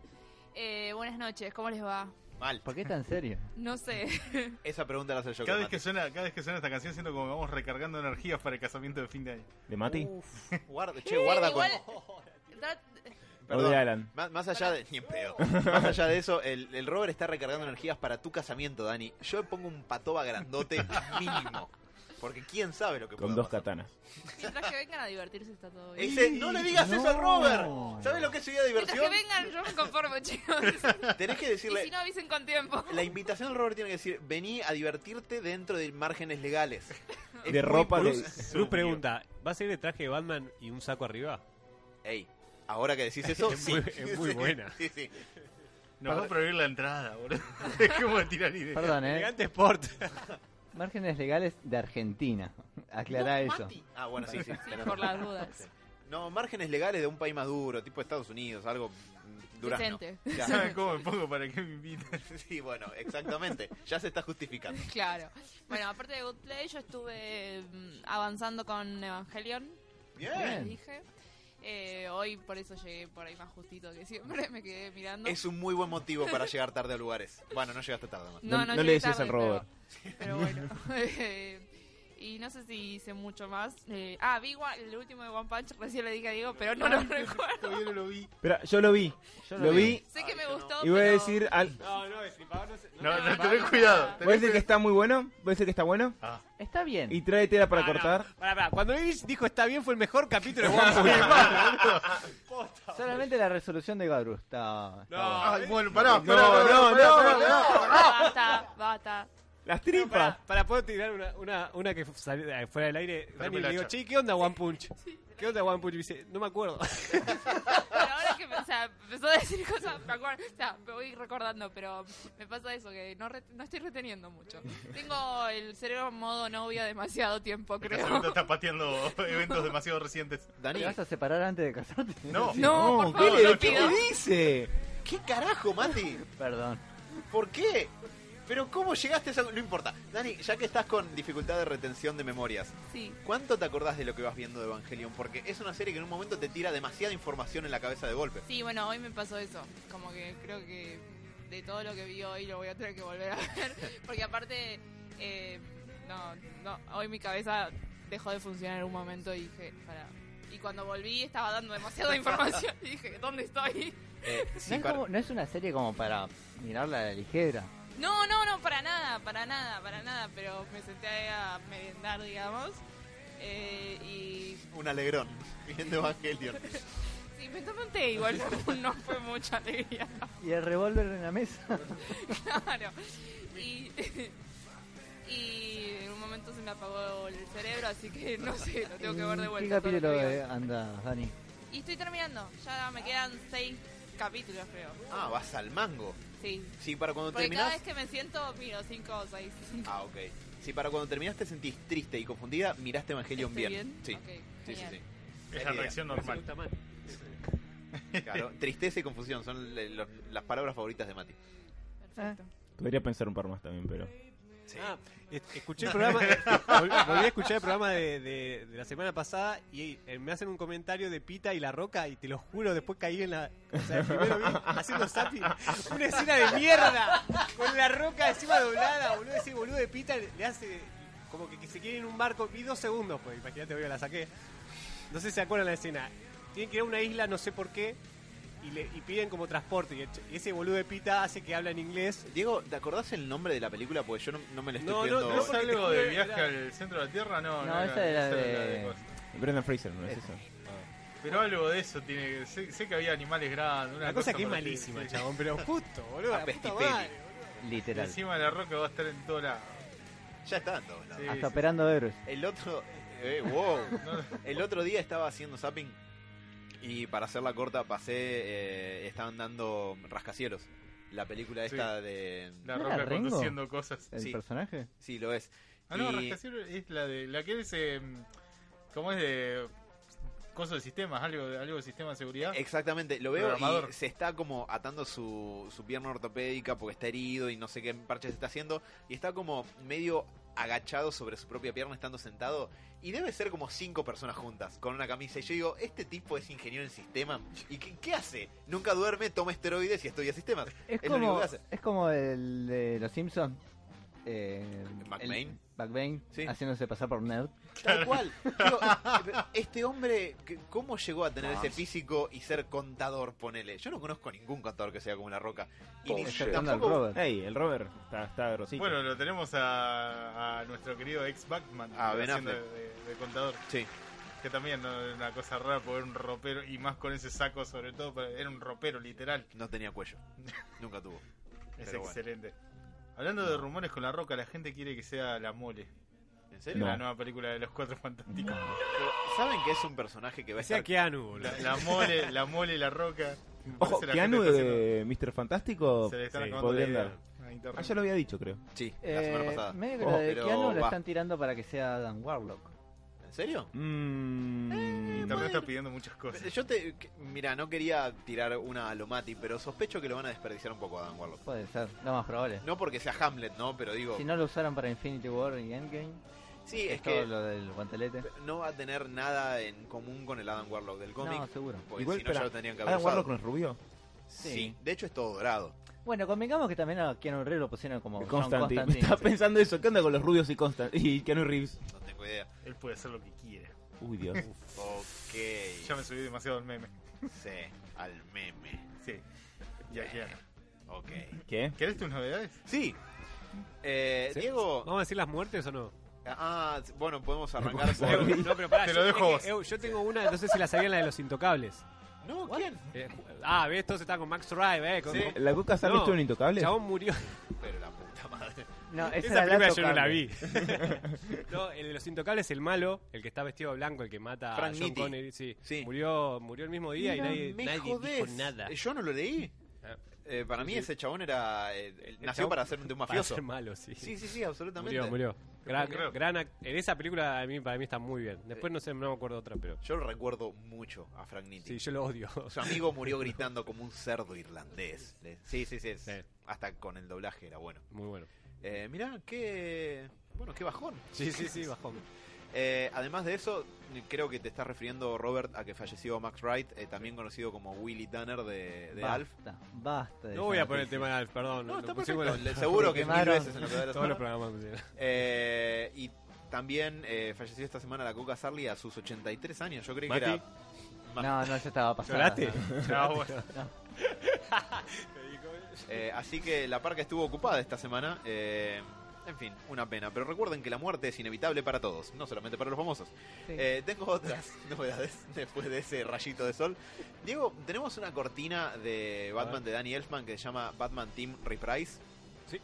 [SPEAKER 7] Eh, buenas noches, ¿cómo les va?
[SPEAKER 4] Mal.
[SPEAKER 2] ¿Por qué tan serio?
[SPEAKER 7] No sé.
[SPEAKER 4] Esa pregunta la hace yo.
[SPEAKER 1] Cada vez,
[SPEAKER 4] Mati.
[SPEAKER 1] que suena, cada vez que suena esta canción siento como que vamos recargando energías para el casamiento de fin de año.
[SPEAKER 3] ¿De Mati?
[SPEAKER 4] Uf, guarda, che, guarda con.
[SPEAKER 7] Igual. da-
[SPEAKER 3] ¿O de
[SPEAKER 4] Perdón.
[SPEAKER 3] Alan?
[SPEAKER 4] Más, más allá de. Ni en pedo. Más allá de eso, el, el Robert está recargando energías para tu casamiento, Dani. Yo pongo un patoba grandote mínimo. Porque quién sabe lo que
[SPEAKER 3] Con
[SPEAKER 4] pueda
[SPEAKER 3] dos
[SPEAKER 4] pasar.
[SPEAKER 3] katanas.
[SPEAKER 7] mientras que vengan a divertirse, está todo bien.
[SPEAKER 4] Ese, no le digas eso al
[SPEAKER 2] No.
[SPEAKER 4] Robert. ¿Sabes lo que es su día de
[SPEAKER 7] Mientras que
[SPEAKER 4] diversión?
[SPEAKER 7] vengan, yo me conformo, chicos.
[SPEAKER 4] Tenés que
[SPEAKER 7] Y
[SPEAKER 4] decirle.
[SPEAKER 7] si no, avisen con tiempo.
[SPEAKER 4] La invitación al Robert tiene que decir: vení a divertirte dentro de márgenes legales. Es
[SPEAKER 3] De
[SPEAKER 4] muy
[SPEAKER 3] ropa de...
[SPEAKER 4] brusco.
[SPEAKER 5] Cruz pregunta: ¿vas a ir de traje de Batman y un saco arriba?
[SPEAKER 4] Ey, ahora que decís eso,
[SPEAKER 5] Es
[SPEAKER 4] sí.
[SPEAKER 5] muy- es muy
[SPEAKER 4] Sí,
[SPEAKER 5] buena.
[SPEAKER 4] Sí, sí.
[SPEAKER 1] Nos va a prohibir la entrada, boludo. Dejemos de tirar ideas.
[SPEAKER 2] Perdón, ¿eh?
[SPEAKER 5] Elegante Sport.
[SPEAKER 2] Márgenes legales de Argentina. Aclará eso.
[SPEAKER 4] Ah, bueno, sí, sí.
[SPEAKER 7] Sí,
[SPEAKER 4] tenés razón.
[SPEAKER 7] por las dudas.
[SPEAKER 4] No, márgenes legales de un país más duro, tipo Estados Unidos, algo mm, durazno.
[SPEAKER 7] Decente.
[SPEAKER 4] Ya.
[SPEAKER 1] ¿Saben cómo me pongo para que me inviten?
[SPEAKER 4] Sí, bueno, exactamente. Ya se está justificando.
[SPEAKER 7] Claro. Bueno, aparte de Good Play, yo estuve mm, avanzando con Evangelion. como
[SPEAKER 4] Bien.
[SPEAKER 7] les dije. Eh, hoy por eso llegué por ahí más justito que siempre. Me quedé mirando.
[SPEAKER 4] Es un muy buen motivo para llegar tarde a lugares. Bueno, no llegaste tarde, más.
[SPEAKER 3] No- no le
[SPEAKER 7] llegué
[SPEAKER 3] decías al
[SPEAKER 7] pero-
[SPEAKER 3] Robert.
[SPEAKER 7] Pero, bueno. Eh, y no sé si hice mucho más. Eh, ah, vi One- el último de One Punch, recién le dije a Diego, pero no lo recuerdo.
[SPEAKER 1] Todavía no lo vi.
[SPEAKER 3] Pero yo lo vi,
[SPEAKER 2] Yo
[SPEAKER 3] lo vi
[SPEAKER 7] Sé que me gustó,
[SPEAKER 3] y voy a
[SPEAKER 7] pero-
[SPEAKER 3] decir, al,
[SPEAKER 5] No, no, el flipador no se.
[SPEAKER 1] No,
[SPEAKER 7] no,
[SPEAKER 1] no,
[SPEAKER 7] no,
[SPEAKER 1] tenés
[SPEAKER 7] no.
[SPEAKER 1] cuidado.
[SPEAKER 3] voy a
[SPEAKER 1] tenés
[SPEAKER 3] decir que
[SPEAKER 1] cuidado.
[SPEAKER 3] está muy bueno, voy a decir que está bueno
[SPEAKER 1] Ah.
[SPEAKER 2] Está bien.
[SPEAKER 3] y trae tela
[SPEAKER 7] Ah,
[SPEAKER 3] para cortar.
[SPEAKER 5] Pará, pará, Cuando Davis dijo está bien fue el mejor capítulo de One Punch Man. Posta.
[SPEAKER 2] Solamente la resolución de Garu está. está buena.
[SPEAKER 5] No, eh,
[SPEAKER 1] Ay, bueno, pará,
[SPEAKER 3] No,
[SPEAKER 1] pará, pará,
[SPEAKER 3] no,
[SPEAKER 1] pará,
[SPEAKER 3] no,
[SPEAKER 1] pará,
[SPEAKER 3] no.
[SPEAKER 1] pará.
[SPEAKER 7] Basta, basta.
[SPEAKER 3] Las
[SPEAKER 5] para,
[SPEAKER 3] tripas.
[SPEAKER 5] para poder tirar una, una, una que salió eh, fuera del aire, Dani
[SPEAKER 1] la
[SPEAKER 5] le digo,
[SPEAKER 1] chapa.
[SPEAKER 5] che, ¿qué onda One Punch? ¿Qué onda One Punch? Y me dice, no me acuerdo.
[SPEAKER 7] Pero ahora que o sea, empezó a decir cosas, me acuerdo, o sea, me voy recordando, pero me pasa eso, que no, re- no estoy reteniendo mucho. Tengo el cerebro en modo novia demasiado tiempo,
[SPEAKER 1] Este
[SPEAKER 7] creo.
[SPEAKER 1] segmento está pateando eventos demasiado recientes.
[SPEAKER 4] Dani,
[SPEAKER 2] ¿Te vas a separar antes de casarte?
[SPEAKER 1] No.
[SPEAKER 7] No, por
[SPEAKER 3] ¿qué,
[SPEAKER 7] favor,
[SPEAKER 3] le-
[SPEAKER 7] lo
[SPEAKER 3] ¿qué
[SPEAKER 7] pido.
[SPEAKER 3] le dice?
[SPEAKER 4] ¿qué carajo, Mati?
[SPEAKER 2] Perdón.
[SPEAKER 4] ¿Por qué? Pero ¿cómo llegaste a esa... No importa. Dani, ya que estás con dificultad de retención de memorias,
[SPEAKER 7] Sí.
[SPEAKER 4] ¿cuánto te acordás de lo que vas viendo de Evangelion? Porque es una serie que en un momento te tira demasiada información en la cabeza de golpe.
[SPEAKER 7] Sí, bueno, hoy me pasó eso. Como que creo que de todo lo que vi hoy lo voy a tener que volver a ver. Porque aparte, eh, no, no, hoy mi cabeza dejó de funcionar en un momento y dije, para. Y cuando volví estaba dando demasiada información y dije, ¿dónde estoy?
[SPEAKER 4] Eh,
[SPEAKER 2] no,
[SPEAKER 4] sí,
[SPEAKER 2] es
[SPEAKER 4] para-
[SPEAKER 2] como- no es una serie como para mirarla a la ligera.
[SPEAKER 7] No, no, no, para nada, para nada, para nada. Pero me senté ahí a merendar, digamos. eh, y
[SPEAKER 4] Un alegrón. Viendo Evangelion.
[SPEAKER 7] sí, me tomé un té, igual no- no fue mucha alegría.
[SPEAKER 2] Y el revólver en la mesa.
[SPEAKER 7] Claro. Y, y en un momento se me apagó el cerebro, así que no sé, lo tengo que
[SPEAKER 2] Mm,
[SPEAKER 7] ver de
[SPEAKER 2] ¿Qué
[SPEAKER 7] vuelta. todo lo que
[SPEAKER 2] capítulo
[SPEAKER 7] digo.
[SPEAKER 2] eh, andas, Dani?
[SPEAKER 7] Y estoy terminando, ya me quedan seis capítulos, creo.
[SPEAKER 4] Ah, vas al mango.
[SPEAKER 7] Sí.
[SPEAKER 4] Sí, para cuando
[SPEAKER 7] Porque cada
[SPEAKER 4] terminás...
[SPEAKER 7] vez que me siento, miro cinco o seis.
[SPEAKER 4] Ah, ok. Si para cuando terminás te sentís triste y confundida, miraste Evangelion
[SPEAKER 7] ¿Estoy
[SPEAKER 4] bien. Sí.
[SPEAKER 7] Ok,
[SPEAKER 4] Sí, sí,
[SPEAKER 7] genial.
[SPEAKER 4] sí.
[SPEAKER 1] Es la reacción normal.
[SPEAKER 4] Claro, tristeza y confusión son le- los- las palabras favoritas de Mati.
[SPEAKER 7] Perfecto.
[SPEAKER 3] Podría pensar un par más también, pero.
[SPEAKER 5] Ah, es- escuché el programa, vol- volví a escuchar el programa de, de- de la semana pasada y eh, me hacen un comentario de Pita y La Roca y te lo juro, después caí en la... O sea, primero vi haciendo zapi una escena de mierda con La Roca encima doblada, boludo, ese boludo de Pita le le hace como que, que se quiere ir en un barco, vi dos segundos, pues imagínate, obvio, la saqué. No sé si se acuerdan la escena. Tienen que ir a una isla, no sé por qué. Y, le, y piden como transporte. Y el ch- y ese boludo de pita hace que habla en inglés.
[SPEAKER 4] Diego, ¿te acordás el nombre de la película? Porque yo no, no me la estoy
[SPEAKER 5] No, no,
[SPEAKER 4] viendo.
[SPEAKER 1] ¿No es
[SPEAKER 5] porque te
[SPEAKER 1] algo
[SPEAKER 5] juro
[SPEAKER 1] de
[SPEAKER 5] que
[SPEAKER 1] viaje
[SPEAKER 5] era-
[SPEAKER 1] al centro de la Tierra? No,
[SPEAKER 2] No,
[SPEAKER 1] no,
[SPEAKER 2] esa era de-
[SPEAKER 1] cosa.
[SPEAKER 3] Brendan Fraser, ¿no es eso?
[SPEAKER 1] Pero algo de eso tiene que... Sé, sé que había animales grandes. Una
[SPEAKER 5] Una cosa que es
[SPEAKER 1] por el
[SPEAKER 5] malísima,
[SPEAKER 1] estilo.
[SPEAKER 5] chabón, pero justo, boludo.
[SPEAKER 4] A
[SPEAKER 5] la puta
[SPEAKER 4] pestipeli.
[SPEAKER 5] madre.
[SPEAKER 2] Literal.
[SPEAKER 1] Encima la roca va a estar en toda la...
[SPEAKER 4] Ya está en todos lados.
[SPEAKER 1] Sí,
[SPEAKER 2] Hasta
[SPEAKER 1] sí.
[SPEAKER 2] operando héroes.
[SPEAKER 4] El otro. eh, wow.
[SPEAKER 1] No,
[SPEAKER 4] El otro día estaba haciendo zapping. Y para hacerla corta, pasé. eh, estaban dando Rascacielos. La película
[SPEAKER 1] Sí.
[SPEAKER 4] esta de.
[SPEAKER 1] la
[SPEAKER 2] ¿No era
[SPEAKER 1] roca
[SPEAKER 2] Rengo? Eh,
[SPEAKER 1] conduciendo cosas.
[SPEAKER 2] ¿El
[SPEAKER 4] Sí.
[SPEAKER 2] personaje?
[SPEAKER 4] Sí, lo es.
[SPEAKER 1] Ah, no,
[SPEAKER 4] Y-
[SPEAKER 1] Rascacielos es la de la que es eh, ¿cómo es de cosas de sistemas, algo de algo de sistema de seguridad?
[SPEAKER 4] Exactamente, lo veo
[SPEAKER 1] Programador.
[SPEAKER 4] y se está como atando su, su pierna ortopédica porque está herido y no sé qué parche se está haciendo. Y está como medio agachado sobre su propia pierna estando sentado. Y debe ser como cinco personas juntas con una camisa. Y yo digo, este tipo es ingeniero en sistemas. ¿Y qué, qué hace? Nunca duerme, toma esteroides y estudia sistemas.
[SPEAKER 2] Es
[SPEAKER 4] Es lo único
[SPEAKER 2] como,
[SPEAKER 4] que hace.
[SPEAKER 2] es como el de Los Simpsons. Eh,
[SPEAKER 4] McBain.
[SPEAKER 2] el- McBain,
[SPEAKER 4] Sí.
[SPEAKER 2] haciéndose pasar por nerd.
[SPEAKER 4] Tal cual. Digo, este hombre, que- ¿cómo llegó a tener
[SPEAKER 2] No.
[SPEAKER 4] ese físico y ser contador? Ponele. Yo no conozco ningún contador que sea como una roca.
[SPEAKER 3] Oh,
[SPEAKER 4] Y ni
[SPEAKER 2] Exceptuando al
[SPEAKER 4] tampoco-
[SPEAKER 2] Robert.
[SPEAKER 3] Ey, el Robert está, está grosito.
[SPEAKER 1] Bueno, lo tenemos a, a nuestro querido ex Batman
[SPEAKER 4] A Ben
[SPEAKER 1] haciendo de,
[SPEAKER 4] Affleck.
[SPEAKER 1] de contador,
[SPEAKER 4] Sí.
[SPEAKER 1] que también ¿no? es una cosa rara poder un ropero y más con ese saco sobre todo, pero era un ropero literal,
[SPEAKER 4] No tenía cuello. Nunca tuvo.
[SPEAKER 1] es
[SPEAKER 4] Pero bueno.
[SPEAKER 1] excelente. Hablando de rumores con la roca, la gente quiere que sea la mole,
[SPEAKER 4] ¿En
[SPEAKER 1] en
[SPEAKER 4] serio?
[SPEAKER 1] la nueva película de los cuatro fantásticos.
[SPEAKER 4] Pero, ¿Saben que es un personaje que va a
[SPEAKER 5] Parecía
[SPEAKER 4] estar...
[SPEAKER 5] Keanu, boludo.
[SPEAKER 1] La, la mole, la mole, la roca. Me
[SPEAKER 3] Ojo,
[SPEAKER 1] parece la
[SPEAKER 3] Keanu
[SPEAKER 1] gente está haciendo-
[SPEAKER 3] de Mr. Fantástico
[SPEAKER 1] Se le están
[SPEAKER 3] sí,
[SPEAKER 1] acabando la
[SPEAKER 3] podrían
[SPEAKER 1] idea
[SPEAKER 3] dar.
[SPEAKER 1] a internet.
[SPEAKER 3] Ah, ya lo había dicho, creo.
[SPEAKER 4] Sí, la semana
[SPEAKER 2] Eh,
[SPEAKER 4] pasada.
[SPEAKER 2] medio que
[SPEAKER 3] Oh,
[SPEAKER 2] lo de
[SPEAKER 4] pero
[SPEAKER 2] Keanu lo
[SPEAKER 4] va.
[SPEAKER 2] están tirando para que sea Dan Warlock.
[SPEAKER 4] ¿En serio?
[SPEAKER 3] Mm,
[SPEAKER 1] Internet está pidiendo muchas cosas.
[SPEAKER 4] Yo te... que- Mira, no quería tirar una a Lomati, pero sospecho que lo van a desperdiciar un poco a Dan Warlock.
[SPEAKER 2] Puede ser, lo más probable.
[SPEAKER 4] No porque sea Hamlet, ¿no? Pero digo...
[SPEAKER 2] Si no lo usaron para Infinity War y Endgame,
[SPEAKER 4] sí, es
[SPEAKER 2] es todo
[SPEAKER 4] que
[SPEAKER 2] lo del guantelete.
[SPEAKER 4] no va a tener nada en común con el Adam Warlock del cómic.
[SPEAKER 2] No, seguro.
[SPEAKER 4] porque
[SPEAKER 3] Igual,
[SPEAKER 4] si no ya
[SPEAKER 3] espera,
[SPEAKER 4] lo tendrían que haber
[SPEAKER 3] Adam
[SPEAKER 4] usado.
[SPEAKER 3] Ah, Warlock no es rubio.
[SPEAKER 4] sí.
[SPEAKER 2] Sí.
[SPEAKER 4] de hecho es todo dorado.
[SPEAKER 2] Bueno, convengamos que también a Keanu Reeves lo pusieron como John
[SPEAKER 3] Constantine.
[SPEAKER 2] Constantine,
[SPEAKER 3] Estaba
[SPEAKER 2] sí.
[SPEAKER 3] pensando eso. ¿Qué onda con los rubios y Constantine? Y Keanu Reeves.
[SPEAKER 4] No tengo tengo idea.
[SPEAKER 1] Él puede hacer lo que quiere.
[SPEAKER 3] Uy, Dios.
[SPEAKER 4] Ok.
[SPEAKER 1] Ya me subí demasiado el meme.
[SPEAKER 4] Sí, al meme.
[SPEAKER 1] Sí. Ya, ya.
[SPEAKER 4] Ok.
[SPEAKER 3] ¿Qué?
[SPEAKER 1] ¿Querés tus novedades?
[SPEAKER 4] Sí. Eh,
[SPEAKER 5] ¿Sí?
[SPEAKER 4] Diego.
[SPEAKER 5] ¿Vamos a decir las muertes o no?
[SPEAKER 4] Ah, s- bueno, podemos arrancar. por-
[SPEAKER 5] Ew, no, pero pará,
[SPEAKER 1] Te lo
[SPEAKER 5] yo- es
[SPEAKER 1] dejo
[SPEAKER 5] que,
[SPEAKER 1] vos.
[SPEAKER 5] Ew, yo tengo una, no sé si la sabían, la de los intocables.
[SPEAKER 4] No, ¿quién?
[SPEAKER 5] Eh, ah, ves, todos están con Max Drive, eh. Con,
[SPEAKER 4] Sí.
[SPEAKER 3] ¿La coca se ha visto
[SPEAKER 5] No.
[SPEAKER 3] un intocable?
[SPEAKER 5] Chabón murió.
[SPEAKER 4] Pero la puta madre.
[SPEAKER 2] No, esa,
[SPEAKER 5] Esa
[SPEAKER 2] era
[SPEAKER 5] película yo no la
[SPEAKER 2] tocable.
[SPEAKER 5] vi. no, el de los intocables, el malo, el que está vestido de blanco, el que mata
[SPEAKER 4] Frank
[SPEAKER 5] a John
[SPEAKER 4] Nitti.
[SPEAKER 5] Connery. Sí,
[SPEAKER 4] Sí.
[SPEAKER 5] Murió, murió el mismo día y nadie,
[SPEAKER 4] Me
[SPEAKER 5] nadie dijo
[SPEAKER 4] jodés.
[SPEAKER 5] nada.
[SPEAKER 4] Eh, Yo no lo leí.
[SPEAKER 5] Ah.
[SPEAKER 4] Eh, para mí
[SPEAKER 5] sí.
[SPEAKER 4] ese chabón era. eh, nació
[SPEAKER 5] chabón-
[SPEAKER 4] para ser un de un
[SPEAKER 5] Para
[SPEAKER 4] mafioso.
[SPEAKER 5] ser malo, sí.
[SPEAKER 4] Sí, sí, sí, absolutamente.
[SPEAKER 5] murió, murió. Gran,
[SPEAKER 1] puedo creer.
[SPEAKER 5] gran act- en esa película a mí, para mí está muy bien. Después no sé, no me acuerdo otra, pero.
[SPEAKER 4] Yo lo recuerdo mucho a Frank Nitti.
[SPEAKER 5] Sí, yo lo odio.
[SPEAKER 4] Su amigo murió gritando como un cerdo irlandés. Le- Sí, sí, sí. es-
[SPEAKER 5] Sí.
[SPEAKER 4] Hasta con el doblaje era bueno.
[SPEAKER 5] Muy bueno.
[SPEAKER 4] Eh, mirá, qué. Bueno, qué bajón.
[SPEAKER 5] Sí, sí, sí, bajón.
[SPEAKER 4] Eh, además de eso, creo que te estás refiriendo, Robert, a que falleció Max Wright, eh, también conocido como Willy Tanner de, de Alf.
[SPEAKER 2] Basta, basta. de
[SPEAKER 5] No voy a
[SPEAKER 2] esa
[SPEAKER 5] poner el
[SPEAKER 2] noticia.
[SPEAKER 5] tema de Alf, perdón.
[SPEAKER 4] No,
[SPEAKER 5] lo
[SPEAKER 4] está
[SPEAKER 5] pusimos
[SPEAKER 4] perfecto.
[SPEAKER 5] en
[SPEAKER 4] Le- Seguro
[SPEAKER 2] Lo
[SPEAKER 4] que mil
[SPEAKER 2] quemaron.
[SPEAKER 4] veces en lo que va de la
[SPEAKER 5] todos los
[SPEAKER 4] semana.
[SPEAKER 5] programas. pusieron.
[SPEAKER 4] Eh, y también eh, falleció esta semana la Coca Sarli a sus 83 años. Yo creí que
[SPEAKER 5] Mati.
[SPEAKER 4] era. más-
[SPEAKER 2] No, no, ya estaba pasando.
[SPEAKER 5] ¿Lloraste?
[SPEAKER 1] No, bueno.
[SPEAKER 4] Eh, así que la parca estuvo ocupada esta semana. eh, en fin, una pena. Pero recuerden que la muerte es inevitable para todos, no solamente para los famosos. Eh, tengo otras novedades después de ese rayito de sol. Diego, tenemos una cortina de Batman de Danny Elfman que se llama Batman Team Reprise.
[SPEAKER 5] Sí.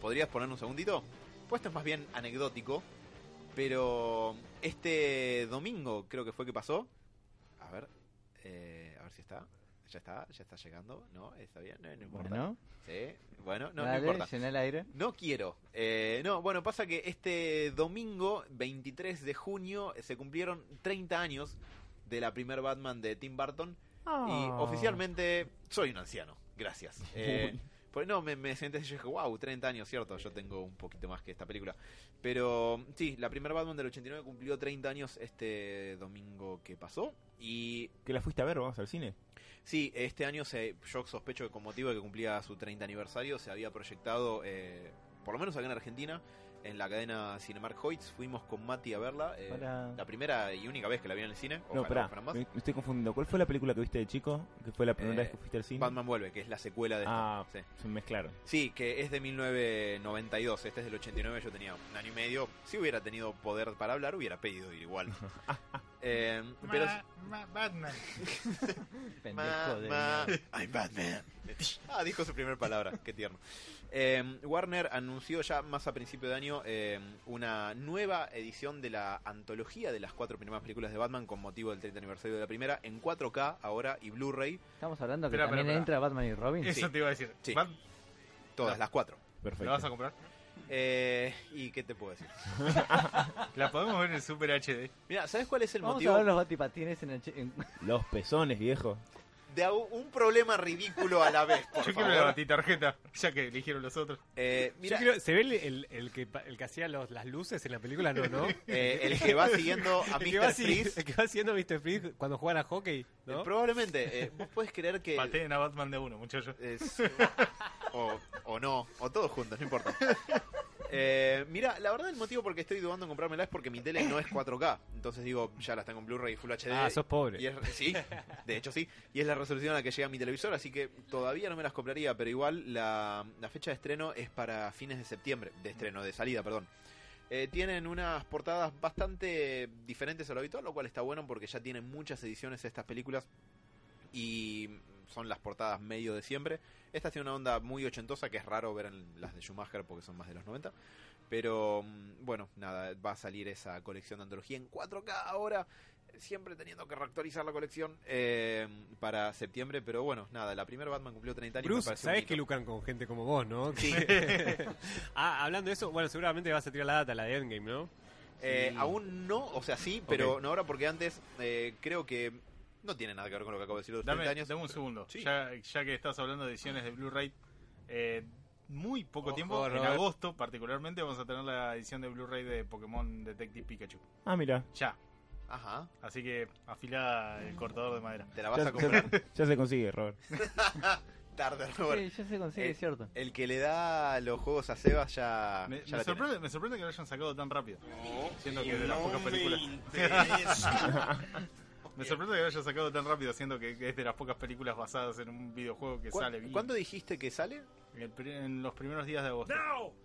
[SPEAKER 4] ¿Podrías poner un segundito? Pues esto es más bien anecdótico. Pero este domingo creo que fue que pasó. A ver, eh, a ver si está. Ya está, ya está llegando. No, está bien, no, no importa.
[SPEAKER 2] Bueno,
[SPEAKER 4] Sí, bueno, no, no
[SPEAKER 2] dale,
[SPEAKER 4] importa.
[SPEAKER 2] llená el aire.
[SPEAKER 4] No quiero. Eh, no, bueno, pasa que este domingo, 23 de junio, se cumplieron 30 años de la primer Batman de Tim Burton. Y
[SPEAKER 2] Ah.
[SPEAKER 4] oficialmente soy un anciano. Gracias. Eh, pues no, me, me senté y dije, wow, 30 años, cierto. Yo tengo un poquito más que esta película. Pero sí, la primer Batman del 89 cumplió 30 años este domingo que pasó. Y
[SPEAKER 3] ¿Que la fuiste a ver? ¿Vamos al cine?
[SPEAKER 4] Sí, este año se, yo sospecho que con motivo de que cumplía su 30 aniversario se había proyectado, eh, por lo menos acá en Argentina, en la cadena Cinemark Hoyts. Fuimos con Mati a verla. eh,
[SPEAKER 2] Hola.
[SPEAKER 4] La primera y única vez que la vi en el cine.
[SPEAKER 3] No,
[SPEAKER 4] ojalá
[SPEAKER 3] pará,
[SPEAKER 4] fueran
[SPEAKER 3] me,
[SPEAKER 4] más.
[SPEAKER 3] me estoy confundiendo. ¿Cuál fue la película que viste de chico? ¿Que fue la primera
[SPEAKER 4] Eh,
[SPEAKER 3] vez que fuiste al cine?
[SPEAKER 4] Batman Vuelve, que es la secuela de esta.
[SPEAKER 3] Ah.
[SPEAKER 4] Sí.
[SPEAKER 3] Se mezclaron.
[SPEAKER 4] Sí, que es de 1992, este es del 89, yo tenía un año y medio. Si hubiera tenido poder para hablar, hubiera pedido ir igual. Eh, pero...
[SPEAKER 1] Ma- ma- Batman.
[SPEAKER 2] Pendejo de
[SPEAKER 4] Ma-
[SPEAKER 2] mierda.
[SPEAKER 4] I'm Batman. Ah, dijo su primera palabra, qué tierno. Eh, Warner anunció ya más a principio de año eh, una nueva edición de la antología de las cuatro primeras películas de Batman con motivo del 30 aniversario de la primera en 4K ahora y Blu-ray,
[SPEAKER 2] Estamos hablando que
[SPEAKER 1] Espera,
[SPEAKER 2] también
[SPEAKER 1] espera, espera.
[SPEAKER 2] entra Batman y Robin.
[SPEAKER 1] Eso te iba a decir.
[SPEAKER 4] Sí.
[SPEAKER 1] Bat-
[SPEAKER 4] todas
[SPEAKER 1] No.
[SPEAKER 4] las cuatro.
[SPEAKER 3] Perfecto.
[SPEAKER 1] ¿La vas a comprar?
[SPEAKER 4] Eh, ¿Y qué te puedo decir?
[SPEAKER 1] La podemos ver en Super HD.
[SPEAKER 4] Mira, ¿sabes cuál es el
[SPEAKER 2] Vamos
[SPEAKER 4] motivo?
[SPEAKER 2] a ver los batipatines en el... che- en-
[SPEAKER 3] Los pezones, viejo.
[SPEAKER 4] De un- un problema ridículo a la vez, por
[SPEAKER 1] Yo quiero la
[SPEAKER 4] favor.
[SPEAKER 1] batitarjeta, ya que eligieron los otros.
[SPEAKER 4] Eh,
[SPEAKER 5] Yo
[SPEAKER 4] mira,
[SPEAKER 5] quiero- ¿Se ve el, el- el que, pa- el que hacía los- las luces en la película? No, ¿no?
[SPEAKER 4] eh, el que va siguiendo a
[SPEAKER 5] el, que va
[SPEAKER 4] Mr.
[SPEAKER 5] si-
[SPEAKER 4] Freeze,
[SPEAKER 5] el que va haciendo Mr. Freeze cuando juega a hockey, ¿no?
[SPEAKER 4] eh, probablemente, eh, vos podés creer que...
[SPEAKER 1] Pateen a Batman de uno, muchachos.
[SPEAKER 4] Es- o, o no, o todos juntos, no importa. Eh, mira, la verdad el motivo por el que estoy dudando en comprármela es porque mi tele no es 4K. Entonces digo, ya las tengo en Blu-ray y Full HD.
[SPEAKER 5] Ah, sos pobre.
[SPEAKER 4] Y es- sí, de hecho sí. Y es la resolución a la que llega mi televisor, así que todavía no me las compraría, pero igual la, la fecha de estreno es para fines de septiembre. De estreno, de salida, perdón. Eh, tienen unas portadas bastante diferentes a lo habitual, lo cual está bueno porque ya tienen muchas ediciones de estas películas y son las portadas medio de siempre. Esta tiene una onda muy ochentosa que es raro ver en las de Schumacher porque son más de los 90. Pero mm, bueno, nada, va a salir esa colección de antología en 4K ahora. Siempre teniendo que reactualizar la colección eh, para septiembre. Pero bueno, nada, la primera Batman cumplió 30 años. me
[SPEAKER 5] Bruce,
[SPEAKER 4] parece un
[SPEAKER 5] sabes
[SPEAKER 4] hito.
[SPEAKER 5] que lucran con gente como vos, ¿no?
[SPEAKER 4] Sí.
[SPEAKER 5] ah, hablando de eso, bueno, seguramente vas a tirar la data, la de Endgame, ¿no?
[SPEAKER 4] Eh,
[SPEAKER 5] Sí.
[SPEAKER 4] Aún no, o sea, sí, pero
[SPEAKER 5] Ok.
[SPEAKER 4] no ahora porque antes eh, creo que no tiene nada que ver con lo que acabo de decir de los
[SPEAKER 1] Dame,
[SPEAKER 4] 30 años.
[SPEAKER 1] dame un segundo.
[SPEAKER 4] Sí.
[SPEAKER 1] Ya, ya que estás hablando de ediciones de Blu-ray, eh, muy poco
[SPEAKER 5] Ojo,
[SPEAKER 1] tiempo, en
[SPEAKER 5] Robert.
[SPEAKER 1] agosto particularmente, vamos a tener la edición de Blu-ray de Pokémon Detective Pikachu.
[SPEAKER 3] Ah, mira.
[SPEAKER 1] Ya.
[SPEAKER 4] Ajá,
[SPEAKER 1] Así que afila el cortador de madera.
[SPEAKER 4] te la vas
[SPEAKER 3] Ya-
[SPEAKER 4] a comprar.
[SPEAKER 3] Ya, ya se consigue, Robert.
[SPEAKER 4] tarde, Robert.
[SPEAKER 2] Sí, ya se consigue,
[SPEAKER 4] Eh,
[SPEAKER 2] es cierto.
[SPEAKER 4] El que le da los juegos a Sebas Ah, ya.
[SPEAKER 1] Me,
[SPEAKER 4] ya
[SPEAKER 1] me
[SPEAKER 4] la tiene.
[SPEAKER 1] sorprende, me sorprende que lo hayan sacado tan rápido. Siendo que es de las pocas películas. Me sorprende que lo hayan sacado tan rápido, siendo que es de las pocas películas basadas en un videojuego que
[SPEAKER 4] ¿Cuá-
[SPEAKER 1] sale bien.
[SPEAKER 4] ¿Cuándo dijiste que sale?
[SPEAKER 1] En, el pri- en los primeros días de agosto.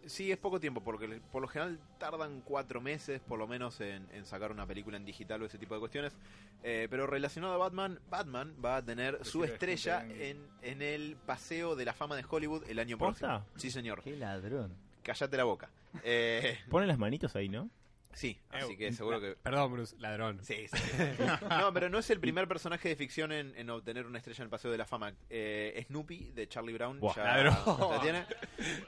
[SPEAKER 4] Sí, es poco tiempo, porque le- por lo general tardan cuatro meses por lo menos en, en sacar una película en digital o ese tipo de cuestiones. Eh, pero relacionado a Batman, Batman va a tener su
[SPEAKER 1] Decirle
[SPEAKER 4] estrella
[SPEAKER 1] gente,
[SPEAKER 4] en, en el Paseo de la Fama de Hollywood el año
[SPEAKER 3] ¿Posta?
[SPEAKER 4] próximo. Sí, señor.
[SPEAKER 2] Qué ladrón.
[SPEAKER 4] Cállate la boca. Eh,
[SPEAKER 3] Pone las manitos ahí, ¿no?
[SPEAKER 4] sí, así
[SPEAKER 5] Eu.
[SPEAKER 4] que seguro que...
[SPEAKER 5] Perdón, Bruce, ladrón.
[SPEAKER 4] Sí, sí. No, pero no es el primer personaje de ficción en, en obtener una estrella en el Paseo de la Fama. Eh, Snoopy de Charlie Brown
[SPEAKER 3] Buah,
[SPEAKER 4] ya
[SPEAKER 5] ladrón.
[SPEAKER 4] la tiene.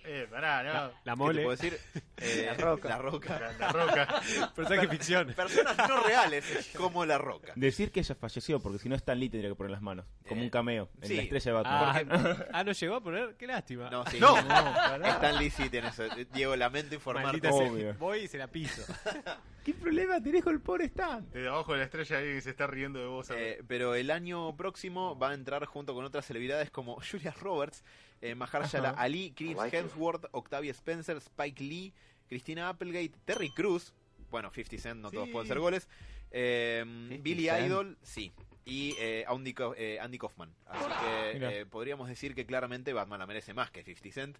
[SPEAKER 1] Eh, pará, no.
[SPEAKER 5] La
[SPEAKER 4] ¿Qué te
[SPEAKER 5] mole.
[SPEAKER 4] puedo decir? Eh,
[SPEAKER 2] La Roca.
[SPEAKER 4] La Roca.
[SPEAKER 1] La, la roca.
[SPEAKER 5] Personaje ficción.
[SPEAKER 4] Personas no reales como La Roca.
[SPEAKER 3] Decir que ella falleció, porque si no Stan Lee tendría que poner las manos. Como
[SPEAKER 4] Eh,
[SPEAKER 3] un cameo en
[SPEAKER 4] sí.
[SPEAKER 3] la estrella de Batman.
[SPEAKER 5] Ah, ah, no llegó a poner. Qué lástima. Ah,
[SPEAKER 4] No, sí.
[SPEAKER 1] No.
[SPEAKER 4] Stan Lee sí tiene eso. Diego, lamento informarte.
[SPEAKER 5] Maldita sea.
[SPEAKER 3] Obvio.
[SPEAKER 5] Voy y se la piso.
[SPEAKER 3] ¿Qué problema tenés con el pobre Stan?
[SPEAKER 1] Desde abajo de la estrella alguien se está riendo de vos. ¿sabes?
[SPEAKER 4] Eh, pero el año próximo va a entrar junto con otras celebridades como Julia Roberts, eh, Mahershala
[SPEAKER 3] Ajá.
[SPEAKER 4] Ali, Chris Hemsworth, Octavia Spencer, Spike Lee, Christina Applegate, Terry Cruz. Bueno, 50 Cent, no todos
[SPEAKER 1] Sí.
[SPEAKER 4] pueden ser goles. eh,
[SPEAKER 2] 50
[SPEAKER 4] Billy
[SPEAKER 2] Cent.
[SPEAKER 4] Idol, sí. Y eh, Andy, Ko- eh, Andy Kaufman. Así
[SPEAKER 3] Mirá.
[SPEAKER 4] que eh, podríamos decir que claramente Batman la merece más que 50 Cent.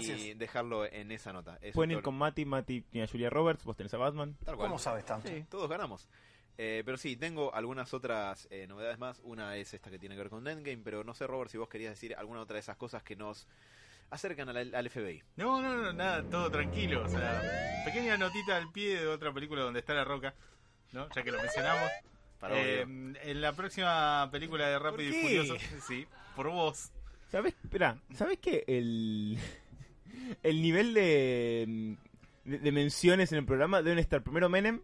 [SPEAKER 4] Y dejarlo en esa nota. Eso
[SPEAKER 3] Pueden
[SPEAKER 4] es
[SPEAKER 3] ir
[SPEAKER 4] todo-
[SPEAKER 3] con Mati, Mati tiene a Julia Roberts, vos tenés a Batman.
[SPEAKER 4] tal cual.
[SPEAKER 8] ¿Cómo sabes tanto?
[SPEAKER 2] Sí.
[SPEAKER 4] Todos ganamos. Eh, pero sí, tengo algunas otras eh, novedades más. Una es esta que tiene que ver con Endgame, pero no sé, Robert, si vos querías decir alguna otra de esas cosas que nos acercan al, al FBI.
[SPEAKER 1] No, no, no, nada, todo tranquilo. O sea, pequeña notita al pie de otra película donde está la roca, ¿no? Ya que lo mencionamos.
[SPEAKER 4] Para
[SPEAKER 1] Eh,
[SPEAKER 4] vos, Diego.
[SPEAKER 1] en la próxima película de Rápido
[SPEAKER 5] ¿Por
[SPEAKER 1] y
[SPEAKER 5] qué?
[SPEAKER 1] Furioso, sí, por vos.
[SPEAKER 3] ¿Sabés, espera, ¿sabés que el, el nivel de, de, de menciones en el programa deben estar primero Menem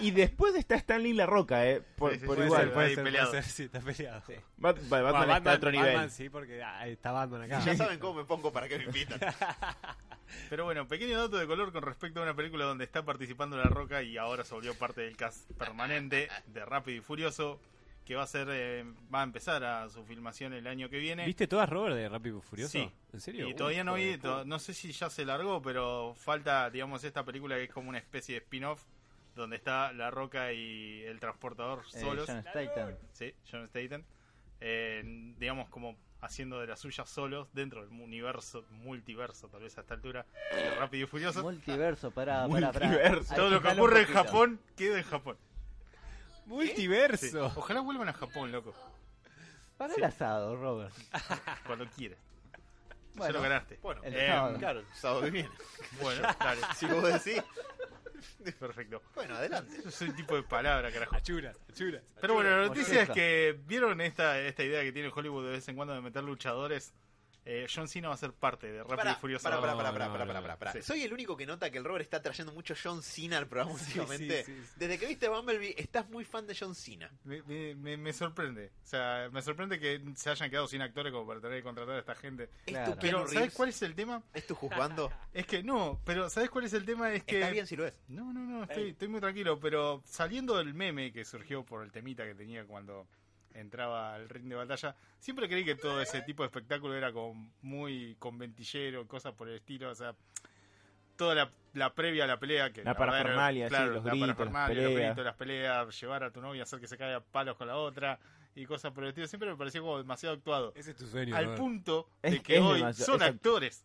[SPEAKER 3] y después está Stanley La Roca, eh? Por,
[SPEAKER 1] Sí, sí,
[SPEAKER 3] por
[SPEAKER 1] puede
[SPEAKER 3] igual.
[SPEAKER 1] ser,
[SPEAKER 3] Bat-
[SPEAKER 1] ahí peleado.
[SPEAKER 5] sí, está peleado.
[SPEAKER 3] Bat- Batman,
[SPEAKER 5] Bueno,
[SPEAKER 3] está a otro nivel.
[SPEAKER 5] Batman sí, porque ah, está Batman acá.
[SPEAKER 4] Ya saben cómo me pongo para que me invitan.
[SPEAKER 1] Pero bueno, pequeño dato de color con respecto a una película donde está participando La Roca y ahora se volvió parte del cast permanente de Rápido y Furioso, que va a ser, eh, va a empezar a su filmación el año que viene.
[SPEAKER 5] ¿Viste todas Robert de Rápido y Furioso?
[SPEAKER 1] Sí.
[SPEAKER 5] ¿En serio?
[SPEAKER 1] Y
[SPEAKER 5] Uh,
[SPEAKER 1] todavía no
[SPEAKER 5] joder,
[SPEAKER 1] vi, to- no sé si ya se largó, pero falta, digamos, esta película que es como una especie de spin-off donde está La Roca y el transportador
[SPEAKER 2] Eh,
[SPEAKER 1] solos.
[SPEAKER 2] John Statham.
[SPEAKER 1] Sí, John Statham. Eh, digamos, como haciendo de las suyas solos dentro del universo, multiverso, tal vez a esta altura, de Rápido y Furioso.
[SPEAKER 2] Multiverso, para, para, para.
[SPEAKER 3] Multiverso.
[SPEAKER 1] Todo lo que ocurre en Japón queda en Japón. Sí.
[SPEAKER 5] Multiverso.
[SPEAKER 1] Ojalá vuelvan a Japón, loco,
[SPEAKER 2] Para el asado, Robert.
[SPEAKER 1] cuando quieras. ya
[SPEAKER 2] Bueno.
[SPEAKER 1] lo ganaste.
[SPEAKER 4] Bueno,
[SPEAKER 2] El
[SPEAKER 1] Eh,
[SPEAKER 2] sábado.
[SPEAKER 4] claro, el sábado que viene.
[SPEAKER 1] Bueno, dale.
[SPEAKER 4] Si vos decís,
[SPEAKER 1] Perfecto.
[SPEAKER 4] bueno, adelante.
[SPEAKER 1] Yo soy un tipo de palabra, carajo.
[SPEAKER 5] Achura, achura.
[SPEAKER 1] Pero bueno, la
[SPEAKER 2] Como
[SPEAKER 1] noticia es
[SPEAKER 2] Yoda.
[SPEAKER 1] que vieron esta, esta idea que tiene Hollywood de vez en cuando de meter luchadores. Eh, John Cena va a ser parte de Rápido y
[SPEAKER 4] Para,
[SPEAKER 1] Furioso.
[SPEAKER 4] para, para,
[SPEAKER 5] No,
[SPEAKER 4] para,
[SPEAKER 5] no,
[SPEAKER 4] para,
[SPEAKER 5] no,
[SPEAKER 4] para,
[SPEAKER 5] no.
[SPEAKER 4] para, para.
[SPEAKER 1] Sí.
[SPEAKER 4] Soy el único que nota que el Robert está trayendo mucho John Cena al programa últimamente.
[SPEAKER 5] sí, sí.
[SPEAKER 4] Desde que viste Bumblebee, estás muy fan de John Cena.
[SPEAKER 1] Me, me- me- me sorprende. O sea, me sorprende que se hayan quedado sin actores como para tener que contratar a esta gente.
[SPEAKER 2] Claro.
[SPEAKER 4] Es tu
[SPEAKER 1] Pero,
[SPEAKER 4] Keanu
[SPEAKER 1] ¿sabes
[SPEAKER 4] Reeves,
[SPEAKER 1] cuál es el tema?
[SPEAKER 4] es tu juzgando.
[SPEAKER 1] Es que no, pero ¿sabes cuál es el tema? Es que.
[SPEAKER 4] Está bien si lo es.
[SPEAKER 1] No, no, no, estoy, estoy muy tranquilo, pero saliendo del meme que surgió por el temita que tenía cuando entraba al ring de batalla, siempre creí que todo ese tipo de espectáculo era como muy conventillero, cosas por el estilo, o sea, toda la, la previa a la pelea que...
[SPEAKER 3] La
[SPEAKER 1] verdad era-
[SPEAKER 3] parafernalia, sí,
[SPEAKER 1] claro,
[SPEAKER 3] los
[SPEAKER 1] la
[SPEAKER 3] gritos, las
[SPEAKER 1] parafernalia, los
[SPEAKER 3] peleas.
[SPEAKER 1] gritos, las peleas, llevar a tu novia, hacer que se caiga a palos con la otra y cosas por el estilo, siempre me pareció como demasiado actuado.
[SPEAKER 5] Ese es tu sueño.
[SPEAKER 1] Al
[SPEAKER 5] Robert.
[SPEAKER 1] punto de
[SPEAKER 3] Es-
[SPEAKER 1] que
[SPEAKER 3] es
[SPEAKER 1] hoy
[SPEAKER 3] demasiado-
[SPEAKER 1] son
[SPEAKER 3] es-
[SPEAKER 1] actores.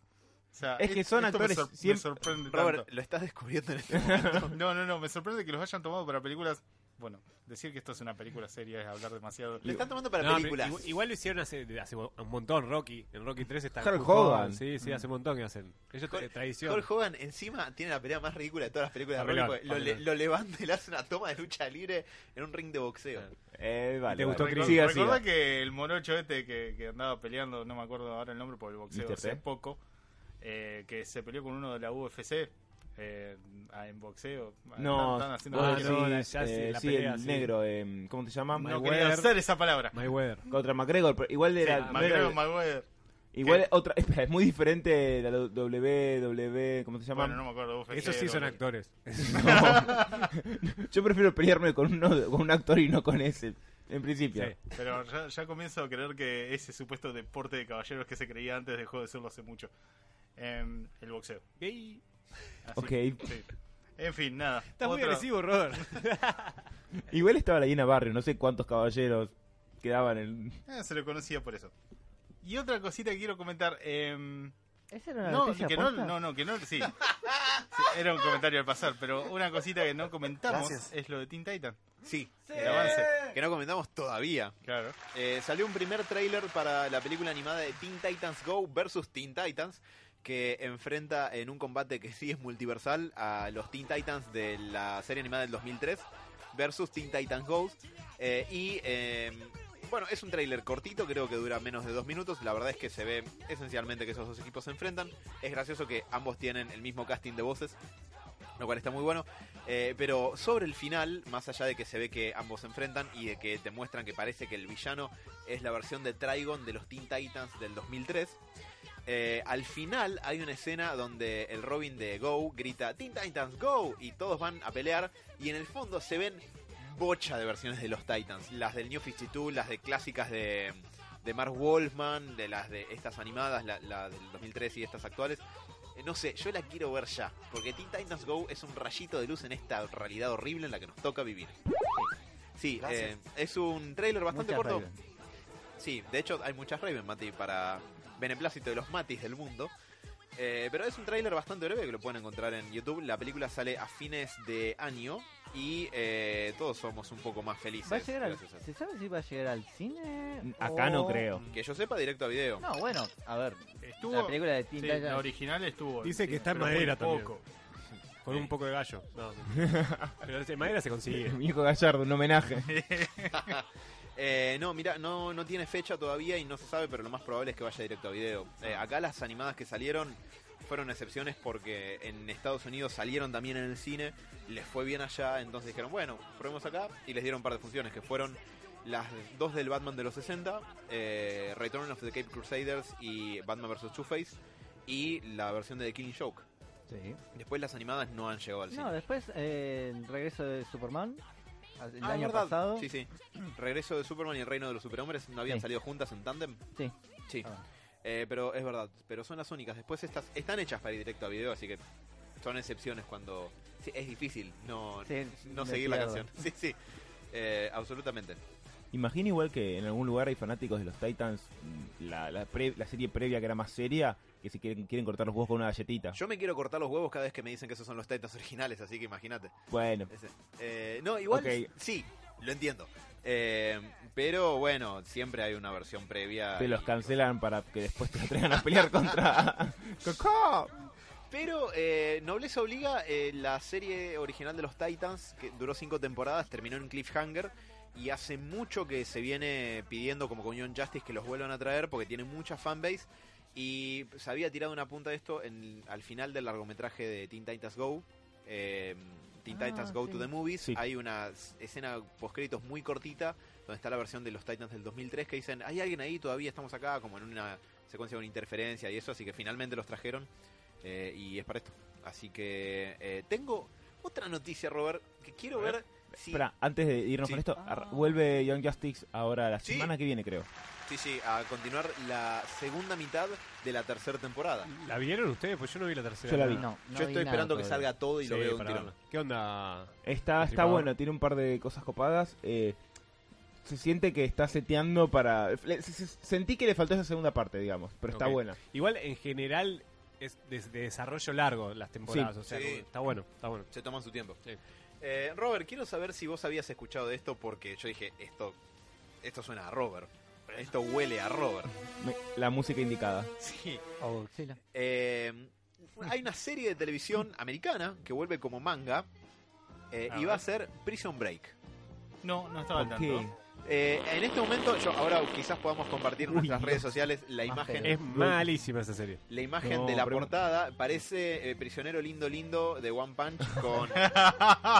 [SPEAKER 1] O sea,
[SPEAKER 3] Es que son
[SPEAKER 1] esto me
[SPEAKER 3] actores,
[SPEAKER 1] sor- me
[SPEAKER 3] siempre-
[SPEAKER 1] sorprende tanto.
[SPEAKER 4] Robert, lo estás descubriendo en este momento.
[SPEAKER 1] No, no, no, me sorprende que los hayan tomado para películas. Bueno, decir que esto es una película seria es hablar demasiado.
[SPEAKER 4] Lo están tomando para
[SPEAKER 5] No,
[SPEAKER 4] películas.
[SPEAKER 5] pero igu- Igual lo hicieron hace, de- hace un montón, Rocky. En Rocky 3 está
[SPEAKER 3] Hulk Hogan.
[SPEAKER 5] Sí, sí, hace un montón que hacen. Ellos
[SPEAKER 4] Hulk-
[SPEAKER 5] eh, tradición.
[SPEAKER 4] Hulk Hogan encima tiene la pelea más ridícula de todas las películas de Rocky.
[SPEAKER 5] Papelón,
[SPEAKER 4] porque Lo, le-
[SPEAKER 5] papelón.
[SPEAKER 4] lo levanta y le hace una toma de lucha libre en un ring de boxeo.
[SPEAKER 5] Claro.
[SPEAKER 3] Eh, vale,
[SPEAKER 5] ¿Te gustó,
[SPEAKER 3] vale.
[SPEAKER 5] Chris?
[SPEAKER 3] Siga,
[SPEAKER 1] Recordá
[SPEAKER 3] siga.
[SPEAKER 1] que el morocho este que, que andaba peleando, no me acuerdo ahora el nombre por el boxeo
[SPEAKER 3] Mr.
[SPEAKER 1] hace
[SPEAKER 3] T.
[SPEAKER 1] poco, eh, que se peleó con uno de la UFC eh, en boxeo. Están-
[SPEAKER 3] No,
[SPEAKER 1] están haciendo
[SPEAKER 5] ah,
[SPEAKER 3] vos
[SPEAKER 1] cualquier-
[SPEAKER 5] no,
[SPEAKER 3] decís,
[SPEAKER 5] la- ya sí,
[SPEAKER 3] eh,
[SPEAKER 5] la
[SPEAKER 3] sí,
[SPEAKER 5] pelea,
[SPEAKER 3] el
[SPEAKER 5] sí.
[SPEAKER 3] negro, eh, ¿cómo te llama?
[SPEAKER 1] no
[SPEAKER 5] Mayweather.
[SPEAKER 1] quería hacer esa palabra.
[SPEAKER 5] Mayweather.
[SPEAKER 3] Contra McGregor, pero igual
[SPEAKER 1] Sí,
[SPEAKER 3] era... no era-
[SPEAKER 1] McGregor, McGregor.
[SPEAKER 3] igual
[SPEAKER 1] ¿Qué?
[SPEAKER 3] otra... Espera, es muy diferente la WW... ¿Cómo se llama?
[SPEAKER 1] Bueno, no me acuerdo. UFC,
[SPEAKER 5] Esos sí son
[SPEAKER 1] no-
[SPEAKER 5] actores.
[SPEAKER 3] No. Yo prefiero pelearme con, uno, con un actor y no con ese. En principio.
[SPEAKER 5] Sí.
[SPEAKER 1] Pero ya, ya comienzo a creer que ese supuesto deporte de caballeros que se creía antes dejó de serlo hace mucho. Em, el boxeo. Gay. Así que,
[SPEAKER 3] Ok.
[SPEAKER 1] sí. En fin, nada.
[SPEAKER 5] Estás muy
[SPEAKER 1] Otra-
[SPEAKER 5] agresivo, Robert.
[SPEAKER 3] Igual estaba la llena barrio, no sé cuántos caballeros quedaban en.
[SPEAKER 1] Eh, se lo conocía por eso. Y otra cosita que quiero comentar. em,
[SPEAKER 2] ¿Esa era una
[SPEAKER 1] no,
[SPEAKER 2] noticia
[SPEAKER 1] que no,
[SPEAKER 2] posta?
[SPEAKER 1] no, no, que no, sí. Sí, Era un comentario al pasar, pero una cosita que no comentamos
[SPEAKER 8] Gracias.
[SPEAKER 1] es lo de Teen Titan.
[SPEAKER 4] Sí,
[SPEAKER 1] El avance.
[SPEAKER 4] que no comentamos todavía.
[SPEAKER 1] Claro.
[SPEAKER 4] Eh, salió un primer tráiler para la película animada de Teen Titans Go versus Teen Titans que enfrenta en un combate que sí es multiversal a los Teen Titans de la serie animada del 2003 versus Teen Titans Go Eh, y eh, bueno, es un tráiler cortito, creo que dura menos de dos minutos. La verdad es que se ve esencialmente que esos dos equipos se enfrentan. Es gracioso que ambos tienen el mismo casting de voces, lo cual está muy bueno. Eh, pero sobre el final, más allá de que se ve que ambos se enfrentan y de que te muestran que parece que el villano es la versión de Trigon de los Teen Titans del 2003, eh, al final hay una escena donde el Robin de Go grita Teen Titans Go y todos van a pelear y en el fondo se ven bocha de versiones de los Titans, las del New 52, las de clásicas de, de Mark Wolfman, de las de estas animadas, la, la del 2003 y estas actuales. Eh, No sé, yo la quiero ver ya, porque Teen Titans Go es un rayito de luz en esta realidad horrible en la que nos toca vivir. Sí,
[SPEAKER 8] Gracias.
[SPEAKER 4] eh, es un trailer bastante
[SPEAKER 2] Muchas
[SPEAKER 4] corto.
[SPEAKER 2] reglas.
[SPEAKER 4] Sí, de hecho hay muchas Raven, Mati, para beneplácito de los Matis del mundo. Eh, pero es un tráiler bastante breve que lo pueden encontrar en YouTube. La película sale a fines de año y eh, todos somos un poco más felices.
[SPEAKER 2] ¿Va a llegar al,
[SPEAKER 4] gracias a-
[SPEAKER 2] ¿Se sabe si va a llegar al cine?
[SPEAKER 3] Acá no
[SPEAKER 2] o-
[SPEAKER 3] creo.
[SPEAKER 4] Que yo sepa, directo a video.
[SPEAKER 2] No, bueno, a ver.
[SPEAKER 1] Estuvo.
[SPEAKER 2] La película de Teen
[SPEAKER 1] sí,
[SPEAKER 2] Titans-
[SPEAKER 1] la original estuvo.
[SPEAKER 5] Dice que
[SPEAKER 1] sí,
[SPEAKER 5] está en
[SPEAKER 1] pero muy
[SPEAKER 5] madera también.
[SPEAKER 1] poco.
[SPEAKER 5] Con un poco de gallo. No, no. Pero en madera se consigue.
[SPEAKER 3] Mi hijo Gallardo, un homenaje.
[SPEAKER 4] Eh, no, mira, no, no tiene fecha todavía y no se sabe, pero lo más probable es que vaya directo a video. Eh, acá las animadas que salieron fueron excepciones porque en Estados Unidos salieron también en el cine, les fue bien allá, entonces dijeron, bueno, probemos acá y les dieron un par de funciones que fueron las dos del Batman de los 60, eh, Return of the Cape Crusaders y Batman vs. Two-Face y la versión de The Killing Joke.
[SPEAKER 2] Sí.
[SPEAKER 4] Después las animadas no han llegado al cine.
[SPEAKER 2] No, después eh, el regreso de Superman. El
[SPEAKER 4] Ah,
[SPEAKER 2] año
[SPEAKER 4] verdad.
[SPEAKER 2] pasado.
[SPEAKER 4] Sí, sí. Regreso de Superman y el Reino de los Superhombres no habían
[SPEAKER 2] Sí.
[SPEAKER 4] salido juntas en tándem.
[SPEAKER 2] Sí.
[SPEAKER 4] Sí.
[SPEAKER 2] Ah.
[SPEAKER 4] Eh, pero es verdad, pero son las únicas. Después estas están hechas para ir directo a video, así que son excepciones cuando sí, es difícil no,
[SPEAKER 2] Sí,
[SPEAKER 4] no
[SPEAKER 2] me
[SPEAKER 4] seguir la
[SPEAKER 2] pierdo.
[SPEAKER 4] canción. Sí, sí. Eh, absolutamente.
[SPEAKER 3] Imagino igual que en algún lugar hay fanáticos de los Titans, mm, la, la, pre- la serie previa que era más seria, que se quieren, quieren cortar los huevos con una galletita.
[SPEAKER 4] Yo me quiero cortar los huevos cada vez que me dicen que esos son los Titans originales, así que imagínate.
[SPEAKER 3] Bueno,
[SPEAKER 4] Ese- eh, no, igual
[SPEAKER 3] Ok.
[SPEAKER 4] sí, lo entiendo. Eh, pero bueno, siempre hay una versión previa.
[SPEAKER 3] te los
[SPEAKER 4] y-
[SPEAKER 3] cancelan para que después te lo traigan a pelear contra. ¡Cocó!
[SPEAKER 4] Pero eh, Nobleza Obliga, eh, la serie original de los Titans, que duró cinco temporadas, terminó en Cliffhanger. Y hace mucho que se viene pidiendo como Union Justice que los vuelvan a traer porque tiene mucha fanbase. Y se había tirado una punta de esto en- al final del largometraje de Teen Titans Go. eh, Teen
[SPEAKER 2] Ah,
[SPEAKER 4] Titans Go
[SPEAKER 2] sí.
[SPEAKER 4] to the Movies.
[SPEAKER 3] Sí.
[SPEAKER 4] Hay una s- escena postcréditos muy cortita donde está la versión de los Titans del 2003 que dicen, hay alguien ahí, todavía estamos acá, como en una secuencia de una interferencia y eso, así que finalmente los trajeron eh, y es para esto. Así que eh, tengo otra noticia, Robert, que quiero ver si...
[SPEAKER 3] Espera, antes de irnos
[SPEAKER 4] Sí.
[SPEAKER 3] con esto,
[SPEAKER 2] Ah.
[SPEAKER 3] ar- vuelve Young Justice ahora la
[SPEAKER 4] Sí.
[SPEAKER 3] semana que viene, creo.
[SPEAKER 4] Sí, sí, a continuar la segunda mitad de la tercera temporada.
[SPEAKER 5] ¿La vieron ustedes? Pues yo no vi la tercera.
[SPEAKER 3] Yo la vi.
[SPEAKER 2] No, no
[SPEAKER 4] Yo
[SPEAKER 2] vi
[SPEAKER 4] estoy
[SPEAKER 2] nada
[SPEAKER 4] esperando que
[SPEAKER 2] todavía.
[SPEAKER 4] salga todo y lo
[SPEAKER 5] Sí,
[SPEAKER 4] veo de un
[SPEAKER 5] para
[SPEAKER 4] tirón.
[SPEAKER 5] verla. ¿Qué onda?
[SPEAKER 3] Está, está
[SPEAKER 5] Confirmado.
[SPEAKER 3] bueno, tiene un par de cosas copadas. eh, se siente que está seteando para... le- se- se- sentí que le faltó esa segunda parte, digamos, pero está
[SPEAKER 5] Ok.
[SPEAKER 3] buena.
[SPEAKER 5] Igual, en general, es de, de desarrollo largo las temporadas. o sea,
[SPEAKER 4] Sí.
[SPEAKER 5] está bueno, está bueno.
[SPEAKER 4] Se toman su tiempo.
[SPEAKER 5] Sí.
[SPEAKER 4] Eh, Robert, quiero saber si vos habías escuchado de esto porque yo dije, esto, esto suena a Robert. Esto huele a Robert.
[SPEAKER 3] Me- la música indicada.
[SPEAKER 4] Sí.
[SPEAKER 2] Oh, sí, la-
[SPEAKER 4] Eh, hay una serie de televisión americana que vuelve como manga eh,
[SPEAKER 1] A
[SPEAKER 4] y va a
[SPEAKER 1] ver.
[SPEAKER 4] ser Prison Break.
[SPEAKER 1] No, no estaba al
[SPEAKER 3] Ok.
[SPEAKER 1] tanto.
[SPEAKER 4] Eh, en este momento, yo ahora quizás podamos compartir en
[SPEAKER 3] Uy,
[SPEAKER 4] nuestras
[SPEAKER 3] Dios.
[SPEAKER 4] redes sociales la
[SPEAKER 2] Más
[SPEAKER 4] imagen,
[SPEAKER 2] pedo.
[SPEAKER 5] Es malísima esa serie.
[SPEAKER 4] la imagen
[SPEAKER 3] No,
[SPEAKER 4] de la
[SPEAKER 3] pero-
[SPEAKER 4] portada. Parece eh, Prisionero Lindo Lindo de One Punch con,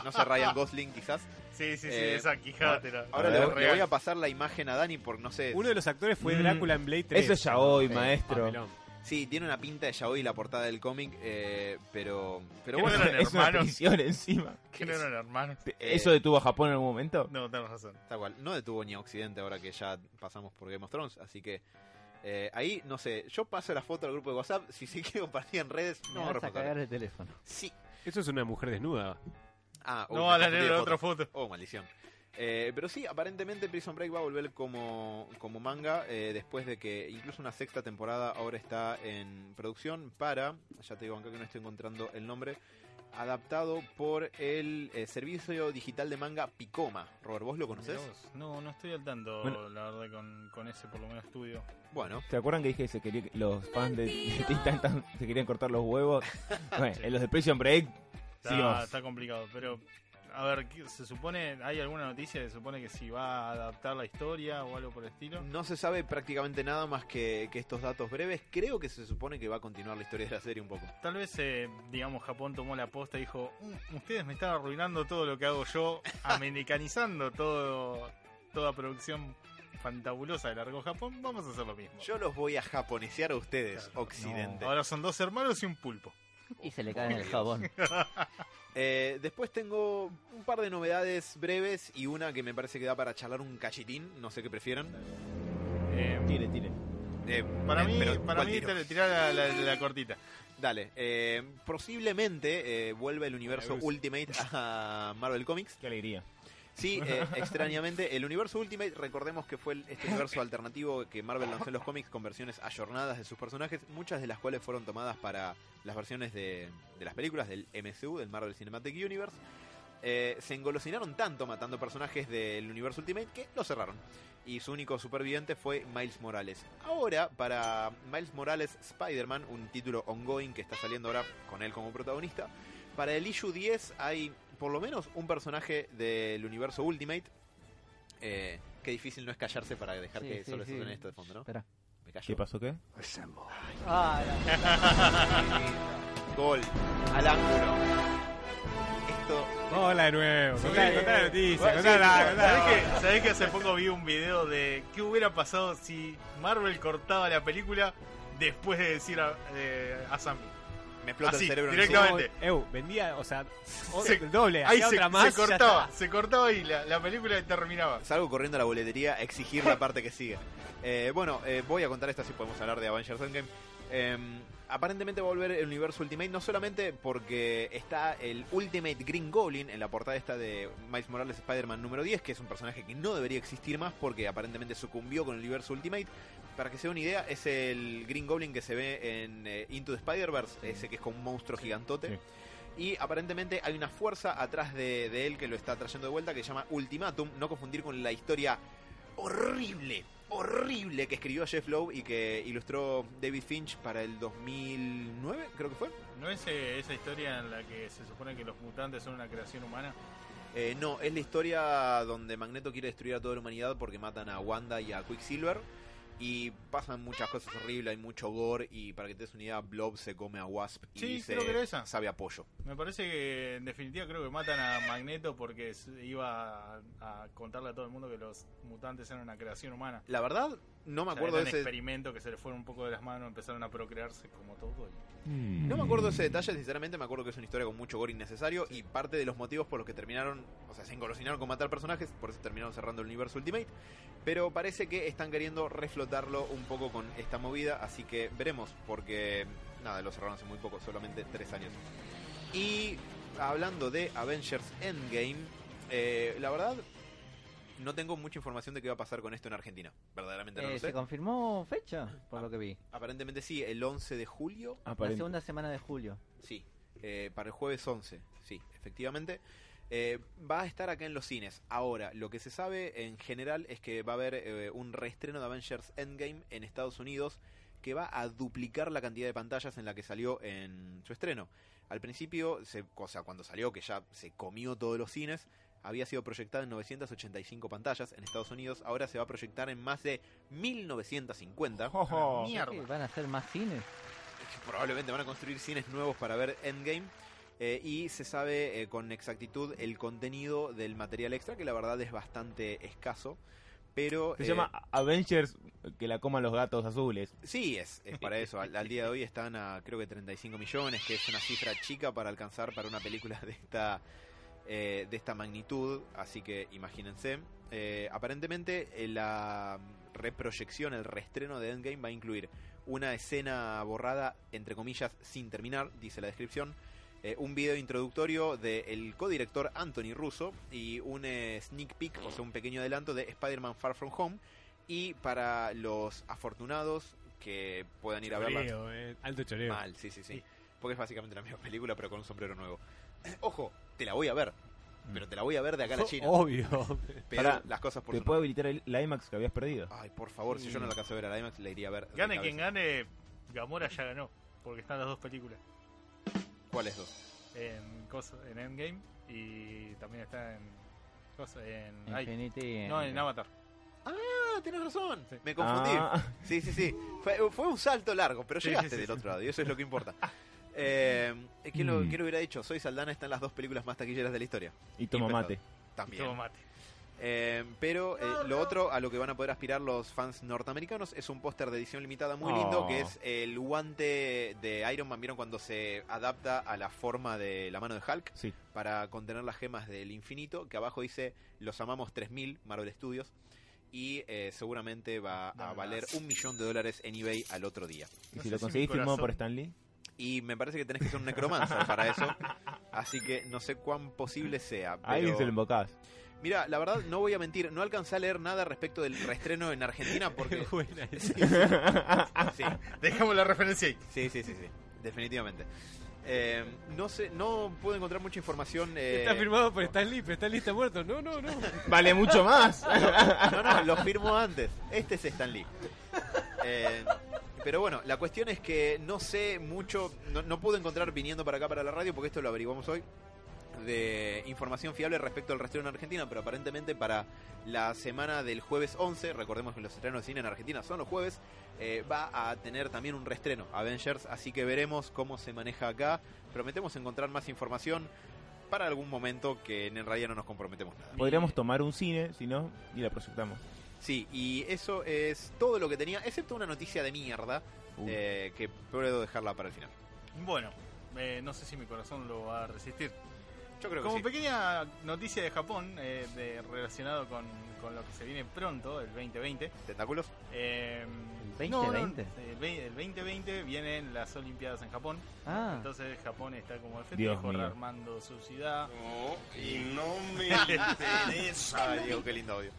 [SPEAKER 4] no sé, Ryan Gosling quizás.
[SPEAKER 1] Sí, sí, sí,
[SPEAKER 4] Eh,
[SPEAKER 1] esa quijátera.
[SPEAKER 4] Ahora
[SPEAKER 3] A
[SPEAKER 4] le,
[SPEAKER 3] ver,
[SPEAKER 4] le voy a pasar la imagen a Dani porque no sé.
[SPEAKER 5] Uno de los actores fue
[SPEAKER 3] Mm.
[SPEAKER 5] Drácula en Blade Ah, 3.
[SPEAKER 3] Eso es ya hoy,
[SPEAKER 2] Sí.
[SPEAKER 3] maestro.
[SPEAKER 5] Papelón.
[SPEAKER 4] Sí, tiene una pinta de yaoi la portada del cómic, eh, pero, pero
[SPEAKER 1] Que no
[SPEAKER 4] bueno.
[SPEAKER 1] eran
[SPEAKER 3] es una
[SPEAKER 1] hermanos.
[SPEAKER 3] prisión encima. Eh.
[SPEAKER 1] Que no eran hermanos.
[SPEAKER 3] Te- ¿Eso detuvo a Japón en algún momento?
[SPEAKER 1] No, tenés razón.
[SPEAKER 4] Tal cual. No detuvo ni a Occidente ahora que ya pasamos por Game of Thrones, así que eh, ahí, no sé, yo paso la foto al grupo de WhatsApp, si se quiere compartir en redes,
[SPEAKER 2] Me
[SPEAKER 4] no me
[SPEAKER 2] vas a cagar
[SPEAKER 4] responsable.
[SPEAKER 2] el teléfono.
[SPEAKER 4] Sí.
[SPEAKER 5] Eso es una mujer desnuda.
[SPEAKER 4] Ah, uy,
[SPEAKER 1] No,
[SPEAKER 4] me
[SPEAKER 1] a la
[SPEAKER 4] confundí de
[SPEAKER 1] nena, la
[SPEAKER 4] foto.
[SPEAKER 1] otra foto.
[SPEAKER 4] Oh, maldición. Eh, pero sí, aparentemente Prison Break va a volver como, como manga eh, después de que incluso una sexta temporada ahora está en producción para, ya te digo acá que no estoy encontrando el nombre, adaptado por el eh, servicio digital de manga Picoma. Robert, ¿vos lo conocés?
[SPEAKER 1] Mirá vos. No, no estoy al tanto,
[SPEAKER 3] Bueno.
[SPEAKER 1] la verdad, con, con ese por lo menos estudio.
[SPEAKER 4] Bueno,
[SPEAKER 3] ¿Se acuerdan que dije que se quería- los fans de, de Teen Titans se querían cortar los huevos? Bueno, en los de Prison Break,
[SPEAKER 1] Está,
[SPEAKER 3] sigamos.
[SPEAKER 1] está complicado, pero a ver, ¿qué- ¿se supone, hay alguna noticia? ¿Se supone que si va a adaptar la historia o algo por el estilo?
[SPEAKER 4] no se sabe prácticamente nada más que, que estos datos breves. Creo que se supone que va a continuar la historia de la serie un poco.
[SPEAKER 1] Tal vez, eh, digamos, Japón tomó la posta y dijo, "Mm, ustedes me están arruinando todo lo que hago yo, americanizando todo, toda producción fantabulosa que largó Japón, vamos a hacer lo mismo.
[SPEAKER 4] Yo los voy a japonesear a ustedes, Occidente.
[SPEAKER 1] No, ahora son dos hermanos y un pulpo.
[SPEAKER 2] Y se le cae en el
[SPEAKER 4] Dios.
[SPEAKER 2] jabón.
[SPEAKER 4] Eh, después tengo un par de novedades breves y una que me parece que da para charlar un cachitín, no sé qué prefieran.
[SPEAKER 1] Eh,
[SPEAKER 3] Tire, tire.
[SPEAKER 4] Eh,
[SPEAKER 1] para
[SPEAKER 4] eh,
[SPEAKER 1] mí,
[SPEAKER 4] pero
[SPEAKER 1] para
[SPEAKER 4] ¿cuál
[SPEAKER 1] mí
[SPEAKER 4] tiro?
[SPEAKER 1] te- tirá la, la- la cortita.
[SPEAKER 4] Dale, eh, posiblemente eh, vuelva el universo Ultimate a Marvel Comics.
[SPEAKER 3] Qué alegría.
[SPEAKER 4] Sí, eh, extrañamente, el universo Ultimate, recordemos que fue el- este universo alternativo que Marvel lanzó en los cómics con versiones ayornadas de sus personajes, muchas de las cuales fueron tomadas para las versiones de, de las películas del MCU, del Marvel Cinematic Universe. Eh, se engolosinaron tanto matando personajes del universo Ultimate que lo cerraron. Y su único superviviente fue Miles Morales. Ahora, para Miles Morales Spider-Man, un título ongoing que está saliendo ahora con él como protagonista, para el issue 10 hay por lo menos un personaje del universo Ultimate. Eh, qué difícil no es callarse para dejar
[SPEAKER 2] Sí,
[SPEAKER 4] que
[SPEAKER 2] sí,
[SPEAKER 4] solo
[SPEAKER 2] sí.
[SPEAKER 4] se suene esto de fondo, ¿no?
[SPEAKER 2] Espera.
[SPEAKER 4] Me callo.
[SPEAKER 3] ¿Qué pasó qué?
[SPEAKER 2] Ah,
[SPEAKER 4] Gol. Al ángulo. Esto.
[SPEAKER 5] Hola de nuevo. Contá,
[SPEAKER 4] Sí.
[SPEAKER 5] contá la noticia,
[SPEAKER 4] Bueno,
[SPEAKER 5] contá
[SPEAKER 4] sí,
[SPEAKER 5] la-
[SPEAKER 4] bueno,
[SPEAKER 5] contá la-
[SPEAKER 1] ¿Sabés que, sabés que hace poco vi un video de qué hubiera pasado si Marvel cortaba la película después de decir a, eh, a Sammy?
[SPEAKER 4] Me explota
[SPEAKER 1] Así,
[SPEAKER 4] el cerebro. en el
[SPEAKER 1] directo. Exactamente.
[SPEAKER 5] No, Eu, vendía, o sea, o-
[SPEAKER 1] Se-
[SPEAKER 5] el doble,
[SPEAKER 1] Ahí
[SPEAKER 5] hacía
[SPEAKER 1] se,
[SPEAKER 5] otra más.
[SPEAKER 1] se
[SPEAKER 5] ya
[SPEAKER 1] cortaba,
[SPEAKER 5] está.
[SPEAKER 1] se cortaba y la, la película terminaba.
[SPEAKER 4] cine. Salgo corriendo a la boletería a exigir la parte que siga. Eh, bueno, eh, voy a contar esta si podemos hablar de Avengers Endgame. Eh, aparentemente va a volver el universo Ultimate, no solamente porque está el Ultimate Green Goblin en la portada esta de Miles Morales Spider-Man número 10, que es un personaje que no debería existir más porque aparentemente sucumbió con el universo Ultimate. Para que se dé una idea, es el Green Goblin que se ve en eh, Into the Spider-Verse, ese que es con un monstruo gigantote.
[SPEAKER 3] Sí.
[SPEAKER 4] Y aparentemente hay una fuerza atrás de, de él que lo está trayendo de vuelta que se llama Ultimatum, no confundir con la historia horrible, horrible que escribió Jeff Lowe y que ilustró David Finch para el 2009, creo que fue.
[SPEAKER 1] ¿No es eh, esa historia en la que se supone que los mutantes son una creación humana?
[SPEAKER 4] Eh, no, es la historia donde Magneto quiere destruir a toda la humanidad porque matan a Wanda y a Quicksilver. Y pasan muchas cosas horribles, hay mucho gore. Y para que te des una idea, Blob se come a Wasp y
[SPEAKER 1] Sí,
[SPEAKER 4] dice,
[SPEAKER 1] creo que era esa.
[SPEAKER 4] sabe apoyo.
[SPEAKER 1] Me parece que en definitiva creo que matan a Magneto porque s- iba a, a contarle a todo el mundo que los mutantes eran una creación humana.
[SPEAKER 4] La verdad, no me
[SPEAKER 1] O sea,
[SPEAKER 4] acuerdo
[SPEAKER 1] era un
[SPEAKER 4] de ese.
[SPEAKER 1] experimento que se le fueron un poco de las manos, empezaron a procrearse como todo. y-
[SPEAKER 4] No me acuerdo de ese detalle, sinceramente me acuerdo que es una historia con mucho gore innecesario y parte de los motivos por los que terminaron, o sea, se engolosinaron con matar personajes, por eso terminaron cerrando el universo Ultimate, pero parece que están queriendo reflotarlo un poco con esta movida, así que veremos, porque nada, lo cerraron hace muy poco, solamente tres años. Y hablando de Avengers Endgame, eh, la verdad no tengo mucha información de qué va a pasar con esto en Argentina, verdaderamente no
[SPEAKER 2] eh,
[SPEAKER 4] lo
[SPEAKER 2] se
[SPEAKER 4] sé.
[SPEAKER 2] confirmó fecha, por lo que vi.
[SPEAKER 4] Aparentemente sí, el 11 de julio
[SPEAKER 2] La
[SPEAKER 3] Aparente.
[SPEAKER 2] segunda semana de julio.
[SPEAKER 4] Sí, eh, para el jueves 11, sí, efectivamente. Eh, va a estar acá en los cines. Ahora, lo que se sabe en general es que va a haber eh, un reestreno de Avengers Endgame en Estados Unidos que va a duplicar la cantidad de pantallas en la que salió en su estreno. Al principio, se, o sea, cuando salió, que ya se comió todos los cines, había sido proyectada en 985 pantallas en Estados Unidos, ahora se va a proyectar en más de 1950.
[SPEAKER 3] Ojo.
[SPEAKER 1] Mierda.
[SPEAKER 2] ¿Qué? ¿Van a hacer más cines?
[SPEAKER 4] Probablemente van a construir cines nuevos para ver Endgame. eh, y se sabe eh, con exactitud el contenido del material extra, que la verdad es bastante escaso. Pero.
[SPEAKER 3] Se
[SPEAKER 4] eh,
[SPEAKER 3] llama Avengers que la coman los gatos azules.
[SPEAKER 4] Sí, es, es para eso. Al, al día de hoy están a creo que 35 millones, que es una cifra chica para alcanzar para una película de esta eh, de esta magnitud. Así que imagínense. Eh, aparentemente eh, la reproyección, el reestreno de Endgame va a incluir una escena borrada entre comillas sin terminar, dice la descripción. eh, un video introductorio del codirector Anthony Russo y un eh, sneak peek, o sea, un pequeño adelanto de Spider-Man Far From Home. Y para los afortunados que puedan ir a verla.
[SPEAKER 5] Choreo, eh, alto choreo.
[SPEAKER 4] Mal, sí, sí, sí. Porque es básicamente la misma película, pero con un sombrero nuevo. Ojo, te la voy a ver. Pero te la voy a ver de
[SPEAKER 5] Oh,
[SPEAKER 4] acá a la China.
[SPEAKER 5] Obvio.
[SPEAKER 4] Pero
[SPEAKER 3] Pará,
[SPEAKER 4] las cosas por
[SPEAKER 3] Te
[SPEAKER 4] su
[SPEAKER 3] puede habilitar el, la IMAX que habías perdido.
[SPEAKER 4] nombre. Ay, por favor, si yo no la alcancé a ver a la IMAX, la iría a ver. de
[SPEAKER 1] Gane
[SPEAKER 4] cabeza.
[SPEAKER 1] quien gane, Gamora ya ganó, porque están las dos películas
[SPEAKER 4] ¿Cuáles dos?
[SPEAKER 1] en, cosa- en Endgame y también está en. cosa- en ay,
[SPEAKER 2] Infinity.
[SPEAKER 1] no,
[SPEAKER 2] eh,
[SPEAKER 1] en Avatar.
[SPEAKER 4] Ah, tienes razón. Me confundí.
[SPEAKER 3] Ah,
[SPEAKER 4] Sí, sí, sí. Fue, fue un salto largo, pero
[SPEAKER 1] Sí,
[SPEAKER 4] llegaste
[SPEAKER 1] sí, sí,
[SPEAKER 4] del
[SPEAKER 1] sí.
[SPEAKER 4] otro lado y eso es lo que importa. Eh, ¿quién, lo,
[SPEAKER 3] Mm.
[SPEAKER 4] quién lo hubiera dicho? Soy Saldana, están las dos películas más taquilleras de la historia.
[SPEAKER 3] y toma mate.
[SPEAKER 1] Y
[SPEAKER 4] También.
[SPEAKER 1] todo mate.
[SPEAKER 4] Eh, pero eh, lo otro a lo que van a poder aspirar los fans norteamericanos es un póster de edición limitada muy
[SPEAKER 3] Oh.
[SPEAKER 4] lindo que es el guante de Iron Man. ¿Vieron cuando se adapta a la forma de la mano de Hulk?
[SPEAKER 3] Sí.
[SPEAKER 4] Para contener las gemas del infinito. Que abajo dice: Los amamos 3000, Marvel Studios. Y eh, seguramente va a
[SPEAKER 1] Nada
[SPEAKER 4] valer
[SPEAKER 1] más.
[SPEAKER 4] un millón de dólares en eBay al otro día.
[SPEAKER 3] Y
[SPEAKER 1] No
[SPEAKER 3] si
[SPEAKER 1] sé
[SPEAKER 3] lo
[SPEAKER 1] si
[SPEAKER 3] conseguís
[SPEAKER 1] mi
[SPEAKER 3] firmado por
[SPEAKER 1] corazón-
[SPEAKER 3] Stanley.
[SPEAKER 4] Y me parece que tenés que ser un necromancer para eso. Así que no sé cuán posible sea.
[SPEAKER 3] A alguien
[SPEAKER 4] pero-
[SPEAKER 3] se lo invocás.
[SPEAKER 4] Mira, la verdad, no voy a mentir, no alcancé a leer nada respecto del reestreno en Argentina porque...
[SPEAKER 5] Buena esa.
[SPEAKER 4] Sí,
[SPEAKER 1] Dejamos la referencia ahí.
[SPEAKER 4] sí, sí, sí, sí, definitivamente. Eh, no sé, no puedo encontrar mucha información... eh,
[SPEAKER 5] Está firmado por Stanley, pero Stanley está muerto. No, no, no.
[SPEAKER 3] Vale mucho más.
[SPEAKER 4] No, no, lo firmó antes. Este es Stan Lee. Eh, pero bueno, la cuestión es que no sé mucho, no, no pude encontrar viniendo para acá para la radio, porque esto lo averiguamos hoy, de información fiable respecto al reestreno en Argentina, pero aparentemente para la semana del jueves 11, recordemos que los estrenos de cine en Argentina son los jueves, eh, va a tener también un reestreno Avengers, así que veremos cómo se maneja acá. Prometemos encontrar más información para algún momento que en realidad no nos comprometemos nada.
[SPEAKER 3] Podríamos tomar un cine, si no, y la proyectamos.
[SPEAKER 4] Sí, y eso es todo lo que tenía, excepto una noticia de mierda,
[SPEAKER 3] Uh.
[SPEAKER 4] eh, que puedo dejarla para el final.
[SPEAKER 1] Bueno, eh, no sé si mi corazón lo va a resistir.
[SPEAKER 4] Yo creo
[SPEAKER 1] Como
[SPEAKER 4] que sí.
[SPEAKER 1] pequeña noticia de Japón, eh, de- relacionado con, con lo que se viene pronto, el 2020.
[SPEAKER 4] ¿Tentáculos?
[SPEAKER 1] eh,
[SPEAKER 2] ¿El
[SPEAKER 1] no, no,
[SPEAKER 2] 2020?
[SPEAKER 1] el, vei- el 2020 vienen las Olimpiadas en Japón.
[SPEAKER 2] Ah,
[SPEAKER 1] Entonces Japón está como de
[SPEAKER 3] Dios
[SPEAKER 1] festejo,
[SPEAKER 3] mío.
[SPEAKER 1] armando su ciudad.
[SPEAKER 4] Ay, Diego, qué lindo audio.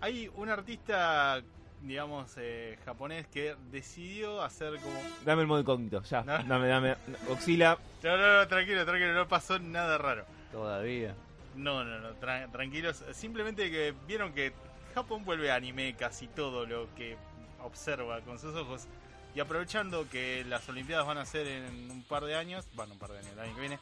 [SPEAKER 1] Hay un artista, digamos, eh, japonés que decidió hacer como...
[SPEAKER 3] Dame el modo incógnito, ya.
[SPEAKER 1] No.
[SPEAKER 3] Dame, dame. Oxila,
[SPEAKER 1] No, no, no, tranquilo, tranquilo, no pasó nada raro.
[SPEAKER 2] todavía.
[SPEAKER 1] No, no, no, tra- tranquilos. Simplemente que vieron que Japón vuelve a anime casi todo lo que observa con sus ojos. Y aprovechando que las Olimpiadas van a ser en un par de años, bueno, un par de años, el año que viene,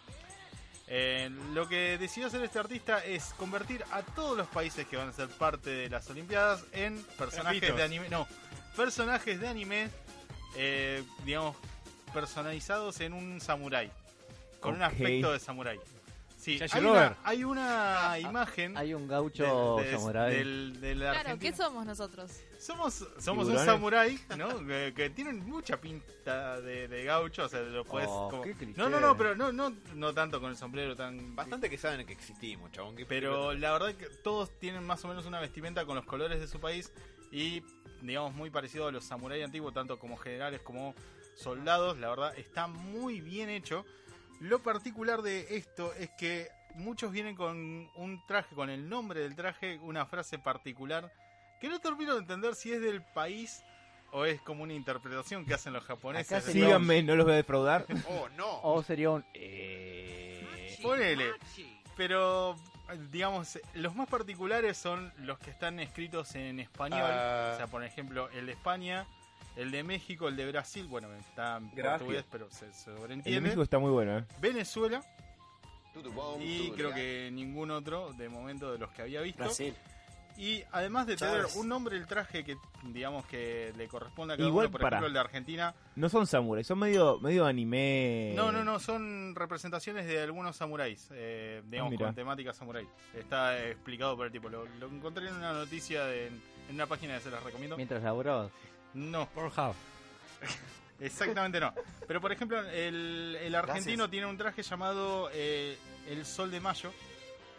[SPEAKER 1] eh, lo que decidió hacer este artista es convertir a todos los países que van a ser parte de las Olimpiadas en personajes
[SPEAKER 5] Trapitos.
[SPEAKER 1] de anime. No, personajes de anime, eh, digamos, personalizados en un samurái. Con un
[SPEAKER 3] Ok.
[SPEAKER 1] aspecto de samurái. Sí,
[SPEAKER 5] Yashi
[SPEAKER 1] hay
[SPEAKER 5] Robert.
[SPEAKER 1] una, hay una imagen
[SPEAKER 2] Ah, Hay un gaucho
[SPEAKER 1] de- de-
[SPEAKER 2] samurai.
[SPEAKER 1] del, del
[SPEAKER 7] Claro,
[SPEAKER 1] argentino.
[SPEAKER 7] ¿qué somos nosotros?
[SPEAKER 1] Somos, somos un
[SPEAKER 3] ¿Tiburones?
[SPEAKER 1] samurái, ¿no? que, que tienen mucha pinta de, de gaucho, o sea, lo puedes...
[SPEAKER 2] Oh,
[SPEAKER 1] como-
[SPEAKER 2] qué cliché.
[SPEAKER 1] No, no, no, pero no, no, no tanto con el sombrero tan...
[SPEAKER 4] Bastante que saben que existimos, chabón. qué
[SPEAKER 1] Pero
[SPEAKER 4] pelota.
[SPEAKER 1] la verdad que todos tienen más o menos una vestimenta con los colores de su país y, digamos, muy parecido a los samuráis antiguos, tanto como generales como soldados. La verdad, está muy bien hecho. Lo particular de esto es que muchos vienen con un traje, con el nombre del traje, una frase particular que no termino de entender si es del país o es como una interpretación que hacen los japoneses.
[SPEAKER 2] Acá se
[SPEAKER 3] síganme, no los voy a defraudar.
[SPEAKER 4] Oh, no.
[SPEAKER 2] O sería un... eh,
[SPEAKER 1] Ponele. Pero, digamos, los más particulares son los que están escritos en español.
[SPEAKER 4] Ah.
[SPEAKER 1] O sea, por ejemplo, el de España, el de México, el de Brasil. Bueno, está en
[SPEAKER 6] Gracias.
[SPEAKER 1] portugués, pero se
[SPEAKER 3] El de
[SPEAKER 1] sobreentiende.
[SPEAKER 3] México está muy bueno, ¿eh?
[SPEAKER 1] Venezuela. Y creo que ningún otro, de momento, de los que había visto. Y además de tener
[SPEAKER 6] Chávez.
[SPEAKER 1] un nombre el traje que, digamos, que le corresponde a cada
[SPEAKER 3] Igual
[SPEAKER 1] uno, por
[SPEAKER 3] para.
[SPEAKER 1] ejemplo, el de Argentina.
[SPEAKER 3] No son samuráis, son medio, medio anime.
[SPEAKER 1] No, no, no, son representaciones de algunos samuráis, eh, digamos,
[SPEAKER 3] Ah, mira.
[SPEAKER 1] con temática samurái. Está explicado por el tipo. Lo, lo encontré en una noticia de, en una página que se las recomiendo.
[SPEAKER 2] Mientras laburabas.
[SPEAKER 1] No,
[SPEAKER 5] Pornhub.
[SPEAKER 1] exactamente no. Pero por ejemplo, el, el argentino tiene un traje llamado eh, El Sol de Mayo.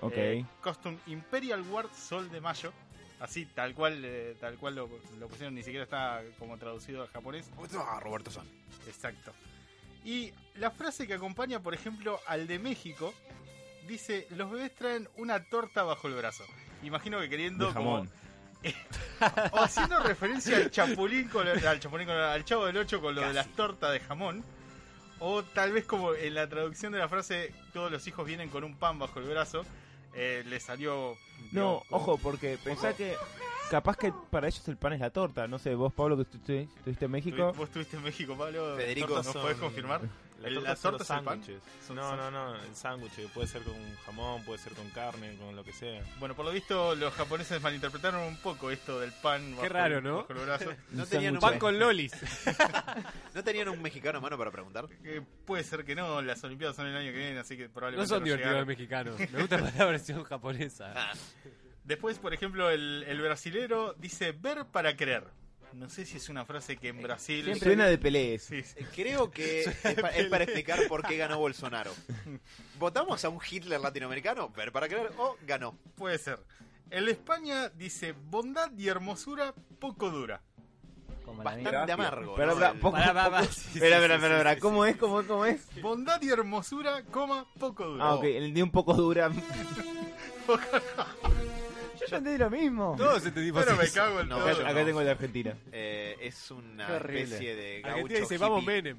[SPEAKER 3] Ok.
[SPEAKER 1] Eh, Costume Imperial Ward Sol de Mayo. Así, tal cual, eh, tal cual lo, lo pusieron, ni siquiera está como traducido al japonés.
[SPEAKER 4] Ah, Roberto San.
[SPEAKER 1] Exacto. Y la frase que acompaña, por ejemplo, al de México, dice, los bebés traen una torta bajo el brazo. Imagino que queriendo...
[SPEAKER 3] De jamón.
[SPEAKER 1] como- o Oh, haciendo referencia al chapulín, con, al, chapulín con- al chavo del 8 con lo de las tortas de jamón. O tal vez como en la traducción de la frase, todos los hijos vienen con un pan bajo el brazo. eh, le salió...
[SPEAKER 3] No,
[SPEAKER 1] digamos, como-
[SPEAKER 3] ojo, porque pensá que capaz que para ellos el pan es la torta. No sé, vos, Pablo, que estuviste, estuviste en México.
[SPEAKER 1] ¿Vos estuviste en México, Pablo?
[SPEAKER 4] Federico,
[SPEAKER 1] ¿Tortas ¿Nos
[SPEAKER 8] son-
[SPEAKER 1] podés confirmar?
[SPEAKER 8] La
[SPEAKER 1] El-
[SPEAKER 8] torta
[SPEAKER 1] la
[SPEAKER 8] son
[SPEAKER 1] torta
[SPEAKER 8] los
[SPEAKER 1] es el pan.
[SPEAKER 8] sándwiches.
[SPEAKER 1] Son-
[SPEAKER 8] No,
[SPEAKER 1] son-
[SPEAKER 8] no, no, el sándwich, que puede ser con jamón, puede ser con carne, con lo que sea.
[SPEAKER 1] Bueno, por lo visto los japoneses malinterpretaron un poco esto del pan bajo, el-
[SPEAKER 5] raro, ¿no?
[SPEAKER 1] bajo el brazo.
[SPEAKER 4] No
[SPEAKER 3] Un
[SPEAKER 4] tenían,
[SPEAKER 3] sándwich.
[SPEAKER 4] un,
[SPEAKER 5] Pan con lolis.
[SPEAKER 4] ¿No tenían un mexicano a mano para preguntar?
[SPEAKER 1] Eh, puede ser que no, las Olimpiadas son el año que viene, así que
[SPEAKER 5] No
[SPEAKER 1] probablemente
[SPEAKER 5] son divertidos
[SPEAKER 1] llegaron.
[SPEAKER 5] los mexicanos. Me gusta más la versión japonesa.
[SPEAKER 1] Después, por ejemplo, el, el brasilero dice ver para creer. No sé si es una frase que en Brasil...
[SPEAKER 3] Suena de pelees.
[SPEAKER 1] Sí, sí.
[SPEAKER 4] Eh, Creo que es, pa- es para explicar por qué ganó Bolsonaro. ¿Votamos a un Hitler latinoamericano? Ver para creer o ganó.
[SPEAKER 1] puede ser. El de España dice bondad y hermosura poco dura.
[SPEAKER 2] Como la mía.
[SPEAKER 4] Bastante amargo.
[SPEAKER 3] Pero,
[SPEAKER 4] ¿no?
[SPEAKER 3] pero,
[SPEAKER 4] El-
[SPEAKER 3] poco-
[SPEAKER 5] Pará, pará, pará.
[SPEAKER 3] poco- Espera, espera, espera, espera, ¿cómo es? ¿Cómo es? ¿Cómo es?
[SPEAKER 1] Bondad y hermosura, coma, poco dura.
[SPEAKER 3] Ah, ok, el de un poco dura.
[SPEAKER 2] Yo entendí lo mismo.
[SPEAKER 5] Todos entendimos
[SPEAKER 1] Oh. Pero me
[SPEAKER 5] eso.
[SPEAKER 1] cago en
[SPEAKER 4] No,
[SPEAKER 1] todo.
[SPEAKER 4] pero-
[SPEAKER 3] Acá tengo el de Argentina.
[SPEAKER 4] eh, es una
[SPEAKER 2] Qué horrible.
[SPEAKER 4] especie de gaucho
[SPEAKER 5] Argentina dice,
[SPEAKER 4] hippie.
[SPEAKER 5] vamos Menem.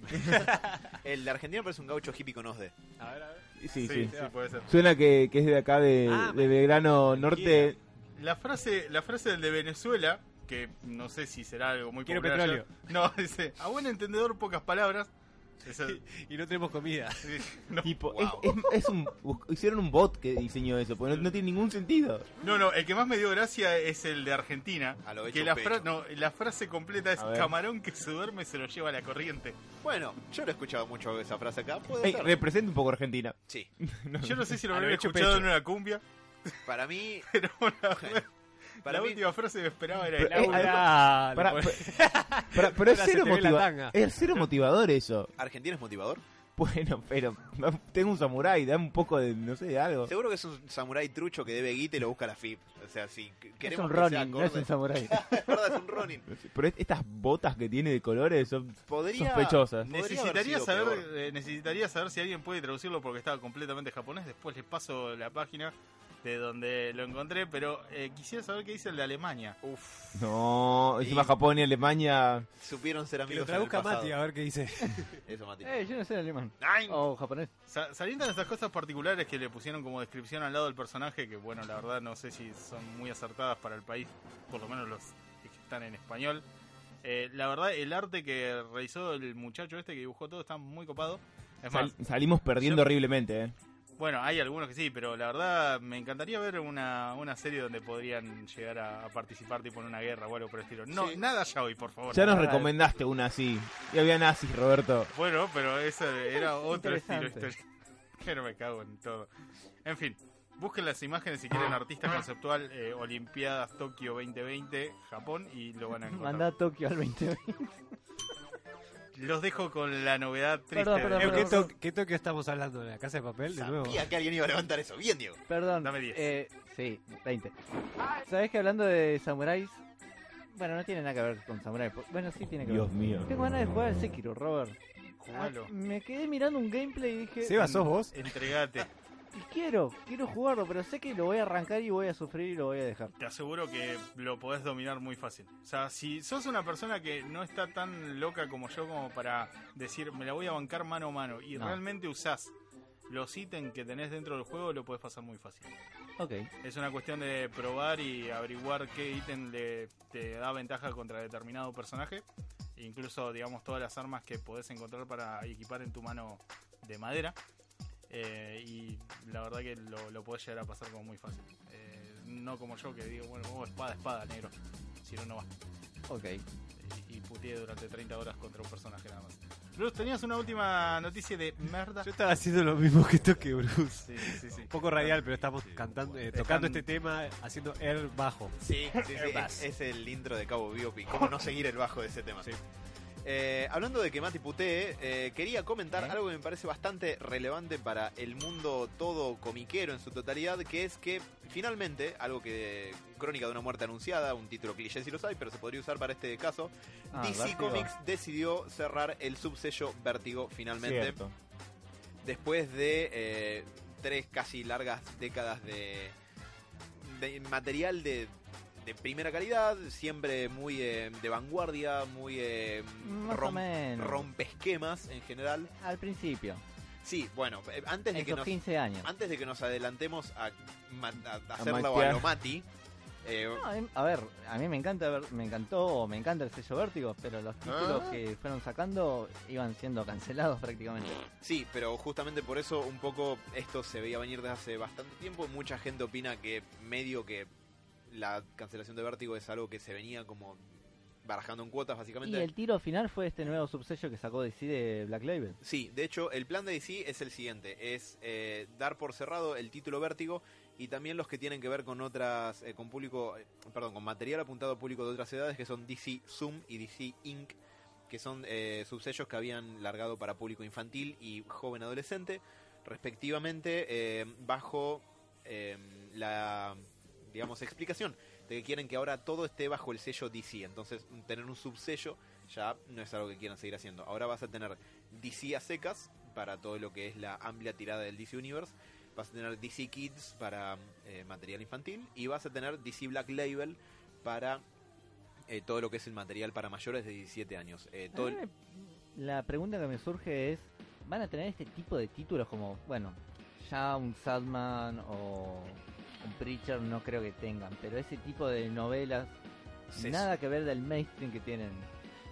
[SPEAKER 4] El de Argentina parece un gaucho hippie con osde.
[SPEAKER 5] A ver, a ver.
[SPEAKER 3] Sí, sí.
[SPEAKER 1] sí, sí, puede ser.
[SPEAKER 3] Suena que, que es de acá, de,
[SPEAKER 5] Ah,
[SPEAKER 3] de Belgrano Norte.
[SPEAKER 1] La frase, la frase del de Venezuela, que no sé si será algo muy
[SPEAKER 5] Quiero
[SPEAKER 1] popular allá.
[SPEAKER 5] petróleo.
[SPEAKER 1] No, dice, a buen entendedor pocas palabras. Esa-
[SPEAKER 5] Y no tenemos comida.
[SPEAKER 1] sí, no,
[SPEAKER 3] Tipo,
[SPEAKER 1] wow.
[SPEAKER 3] es, es- es un, bus- hicieron un bot que diseñó eso, porque no, no tiene ningún sentido.
[SPEAKER 1] no, no, el que más me dio gracia es el de Argentina.
[SPEAKER 4] A lo hecho
[SPEAKER 1] que la,
[SPEAKER 4] pecho.
[SPEAKER 1] fra- no, la frase completa es
[SPEAKER 3] A ver.
[SPEAKER 1] camarón que se duerme se lo lleva a la corriente.
[SPEAKER 4] Bueno, yo lo he escuchado mucho esa frase acá. Puede
[SPEAKER 3] Ey,
[SPEAKER 4] ser.
[SPEAKER 3] representa un poco a Argentina.
[SPEAKER 4] Sí.
[SPEAKER 1] Yo no sé si lo
[SPEAKER 5] A lo
[SPEAKER 1] habría
[SPEAKER 5] hecho
[SPEAKER 1] escuchado
[SPEAKER 5] pecho.
[SPEAKER 1] en una cumbia,
[SPEAKER 4] Para mí,
[SPEAKER 1] pero la,
[SPEAKER 4] para
[SPEAKER 1] la
[SPEAKER 4] mí
[SPEAKER 1] última frase que esperaba era
[SPEAKER 3] Pero-
[SPEAKER 1] el
[SPEAKER 3] eh,
[SPEAKER 5] Laura,
[SPEAKER 3] Pará,
[SPEAKER 5] le
[SPEAKER 3] pero,
[SPEAKER 5] pon-
[SPEAKER 3] pará, pero es,
[SPEAKER 5] Ahora se
[SPEAKER 3] cero
[SPEAKER 5] te ve la
[SPEAKER 3] motiva-
[SPEAKER 5] tanga.
[SPEAKER 3] es cero motivador eso.
[SPEAKER 4] Argentina es motivador.
[SPEAKER 3] Bueno, pero tengo un samurái, da un poco de, no sé, de algo.
[SPEAKER 4] Seguro que es un samurái trucho que debe guita y lo busca la FIP. O sea, si qu-
[SPEAKER 2] es
[SPEAKER 4] queremos
[SPEAKER 2] un
[SPEAKER 4] que sea
[SPEAKER 2] Ronin, no es
[SPEAKER 4] acorde-
[SPEAKER 2] un samurái.
[SPEAKER 4] Es verdad, es un Ronin.
[SPEAKER 3] Pero est- estas botas que tiene de colores son
[SPEAKER 4] Podría,
[SPEAKER 3] Sospechosas.
[SPEAKER 4] podría haber
[SPEAKER 1] Necesitaría
[SPEAKER 4] sido
[SPEAKER 1] saber,
[SPEAKER 4] peor.
[SPEAKER 1] eh, necesitaría saber si alguien puede traducirlo porque estaba completamente japonés. Después les paso la página de donde lo encontré, pero eh, quisiera saber qué dice el de Alemania.
[SPEAKER 4] Uf,
[SPEAKER 3] No, encima
[SPEAKER 4] Sí.
[SPEAKER 3] Japón y Alemania.
[SPEAKER 4] supieron ser
[SPEAKER 5] Que lo
[SPEAKER 4] amigos. en el
[SPEAKER 5] traduzca
[SPEAKER 4] pasado.
[SPEAKER 5] Mati a ver qué dice.
[SPEAKER 4] Eso, Mati.
[SPEAKER 2] eh, yo no sé alemán.
[SPEAKER 4] Nein.
[SPEAKER 2] O japonés.
[SPEAKER 1] Sa- saliendo de estas cosas particulares que le pusieron como descripción al lado del personaje, que bueno, la verdad no sé si son muy acertadas para el país, por lo menos los que están en español. Eh, la verdad, el arte que realizó el muchacho este que dibujó todo está muy copado. Es más,
[SPEAKER 3] Sal- salimos perdiendo
[SPEAKER 1] yo-
[SPEAKER 3] horriblemente, eh.
[SPEAKER 1] Bueno, hay algunos que sí, pero la verdad me encantaría ver una, una serie donde podrían llegar a, a participar tipo en una guerra o algo por el estilo. No, nada ya hoy, por favor.
[SPEAKER 3] Ya nos
[SPEAKER 2] la verdad-
[SPEAKER 3] recomendaste una así. Y había nazis, Roberto.
[SPEAKER 1] Bueno, pero eso era otro estilo
[SPEAKER 2] Interesante.
[SPEAKER 1] histórico. Pero me cago en todo. En fin, busquen las imágenes si quieren artista conceptual eh, Olimpiadas Tokio 2020, Japón y lo van a encontrar.
[SPEAKER 2] Manda a Tokio al 2020.
[SPEAKER 1] Los dejo con la novedad triste.
[SPEAKER 2] Perdón,
[SPEAKER 1] de-
[SPEAKER 2] perdón,
[SPEAKER 5] Eh,
[SPEAKER 2] perdón.
[SPEAKER 5] ¿Qué, to- qué Tokio estamos hablando? ¿De la casa de papel? De nuevo.
[SPEAKER 4] Sabía que alguien iba a levantar eso. Bien, Diego.
[SPEAKER 2] Perdón.
[SPEAKER 1] Dame 10.
[SPEAKER 2] Eh, sí, 20. ¿Sabés que hablando de samuráis? Bueno, no tiene nada que ver con samuráis. po- Bueno, sí tiene que
[SPEAKER 3] Dios
[SPEAKER 2] ver.
[SPEAKER 3] mío.
[SPEAKER 2] Tengo ganas de jugar al Sekiro, Robert.
[SPEAKER 1] Jugalo.
[SPEAKER 2] Ah, me quedé mirando un gameplay y dije,
[SPEAKER 5] Seba, ¿sos vos?
[SPEAKER 1] Entregate.
[SPEAKER 2] "Y quiero, quiero jugarlo, pero sé que lo voy a arrancar y voy a sufrir y lo voy a dejar.
[SPEAKER 1] Te aseguro que lo podés dominar muy fácil. O sea, si sos una persona que no está tan loca como yo como para decir, me la voy a bancar mano a mano y
[SPEAKER 2] No.
[SPEAKER 1] realmente usás los ítems que tenés dentro del juego, lo podés pasar muy fácil.
[SPEAKER 2] Ok.
[SPEAKER 1] Es una cuestión de probar y averiguar qué ítem le, te da ventaja contra determinado personaje. E Incluso, digamos, todas las armas que podés encontrar para equipar en tu mano de madera. Eh, y la verdad que lo, lo podés llegar a pasar como muy fácil. Eh, no como yo que digo, bueno, vos espada, espada, negro. Si no, no va.
[SPEAKER 2] Ok.
[SPEAKER 1] Y, y puteé durante 30 horas contra un personaje nada más. Bruce, tenías una última noticia de merda.
[SPEAKER 5] Yo estaba haciendo lo mismo que toque Bruce.
[SPEAKER 1] Sí, sí, sí.
[SPEAKER 5] Un poco radial, pero estamos cantando, eh, tocando este tema haciendo air bajo.
[SPEAKER 4] Sí, sí, sí, es, es el intro de Cabo Biopic. ¿Cómo no seguir el bajo de ese tema?
[SPEAKER 5] Sí.
[SPEAKER 4] Eh, hablando de que Mati putee, eh, quería comentar algo que me parece bastante relevante para el mundo todo comiquero en su totalidad, que es que finalmente, algo que Crónica de una muerte anunciada, un título cliché si los hay, pero se podría usar para este caso,
[SPEAKER 2] Ah,
[SPEAKER 4] DC
[SPEAKER 2] Vértigo.
[SPEAKER 4] Comics decidió cerrar el subsello Vértigo finalmente,
[SPEAKER 3] Cierto.
[SPEAKER 4] después de eh, tres casi largas décadas de, de material de... de primera calidad, siempre muy eh, de vanguardia, muy eh,
[SPEAKER 2] Más o
[SPEAKER 4] rom-
[SPEAKER 2] menos.
[SPEAKER 4] rompe esquemas en general.
[SPEAKER 2] Al principio,
[SPEAKER 4] Sí, bueno, eh, antes de, que
[SPEAKER 2] esos
[SPEAKER 4] nos,
[SPEAKER 2] 15 años.
[SPEAKER 4] antes de que nos adelantemos a, ma- a- a hacerlo a,
[SPEAKER 3] matear.
[SPEAKER 4] lo Mati, eh,
[SPEAKER 2] No, em- a ver, a mí me encanta ver, me encantó, o me encanta el sello Vértigo, pero los títulos
[SPEAKER 1] Ah.
[SPEAKER 2] que fueron sacando iban siendo cancelados prácticamente.
[SPEAKER 4] sí, pero justamente por eso un poco esto se veía venir desde hace bastante tiempo. Mucha gente opina que medio que la cancelación de Vértigo es algo que se venía como barajando en cuotas
[SPEAKER 2] Y
[SPEAKER 4] básicamente.
[SPEAKER 2] el tiro final fue este nuevo subsello que sacó DC de Black Label.
[SPEAKER 4] Sí, de hecho, el plan de DC es el siguiente: es eh, dar por cerrado el título Vértigo y también los que tienen que ver con otras, eh, con público, eh, perdón, con material apuntado a público de otras edades, que son DC Zoom y DC Inc., que son eh, subsellos que habían largado para público infantil y joven adolescente, respectivamente, eh, bajo eh, la, digamos, explicación de que quieren que ahora todo esté bajo el sello DC. Entonces, tener un subsello ya no es algo que quieran seguir haciendo. Ahora vas a tener DC a secas para todo lo que es la amplia tirada del DC Universe. Vas a tener DC Kids para eh, material infantil y vas a tener DC Black Label para eh, todo lo que es el material para mayores de 17 años. Eh, todo
[SPEAKER 2] A mí me- La pregunta que me surge es, ¿van a tener este tipo de títulos como, bueno, ya un Sadman o un Preacher no creo que tengan, pero ese tipo de novelas,
[SPEAKER 4] Se-
[SPEAKER 2] nada que ver del mainstream que tienen.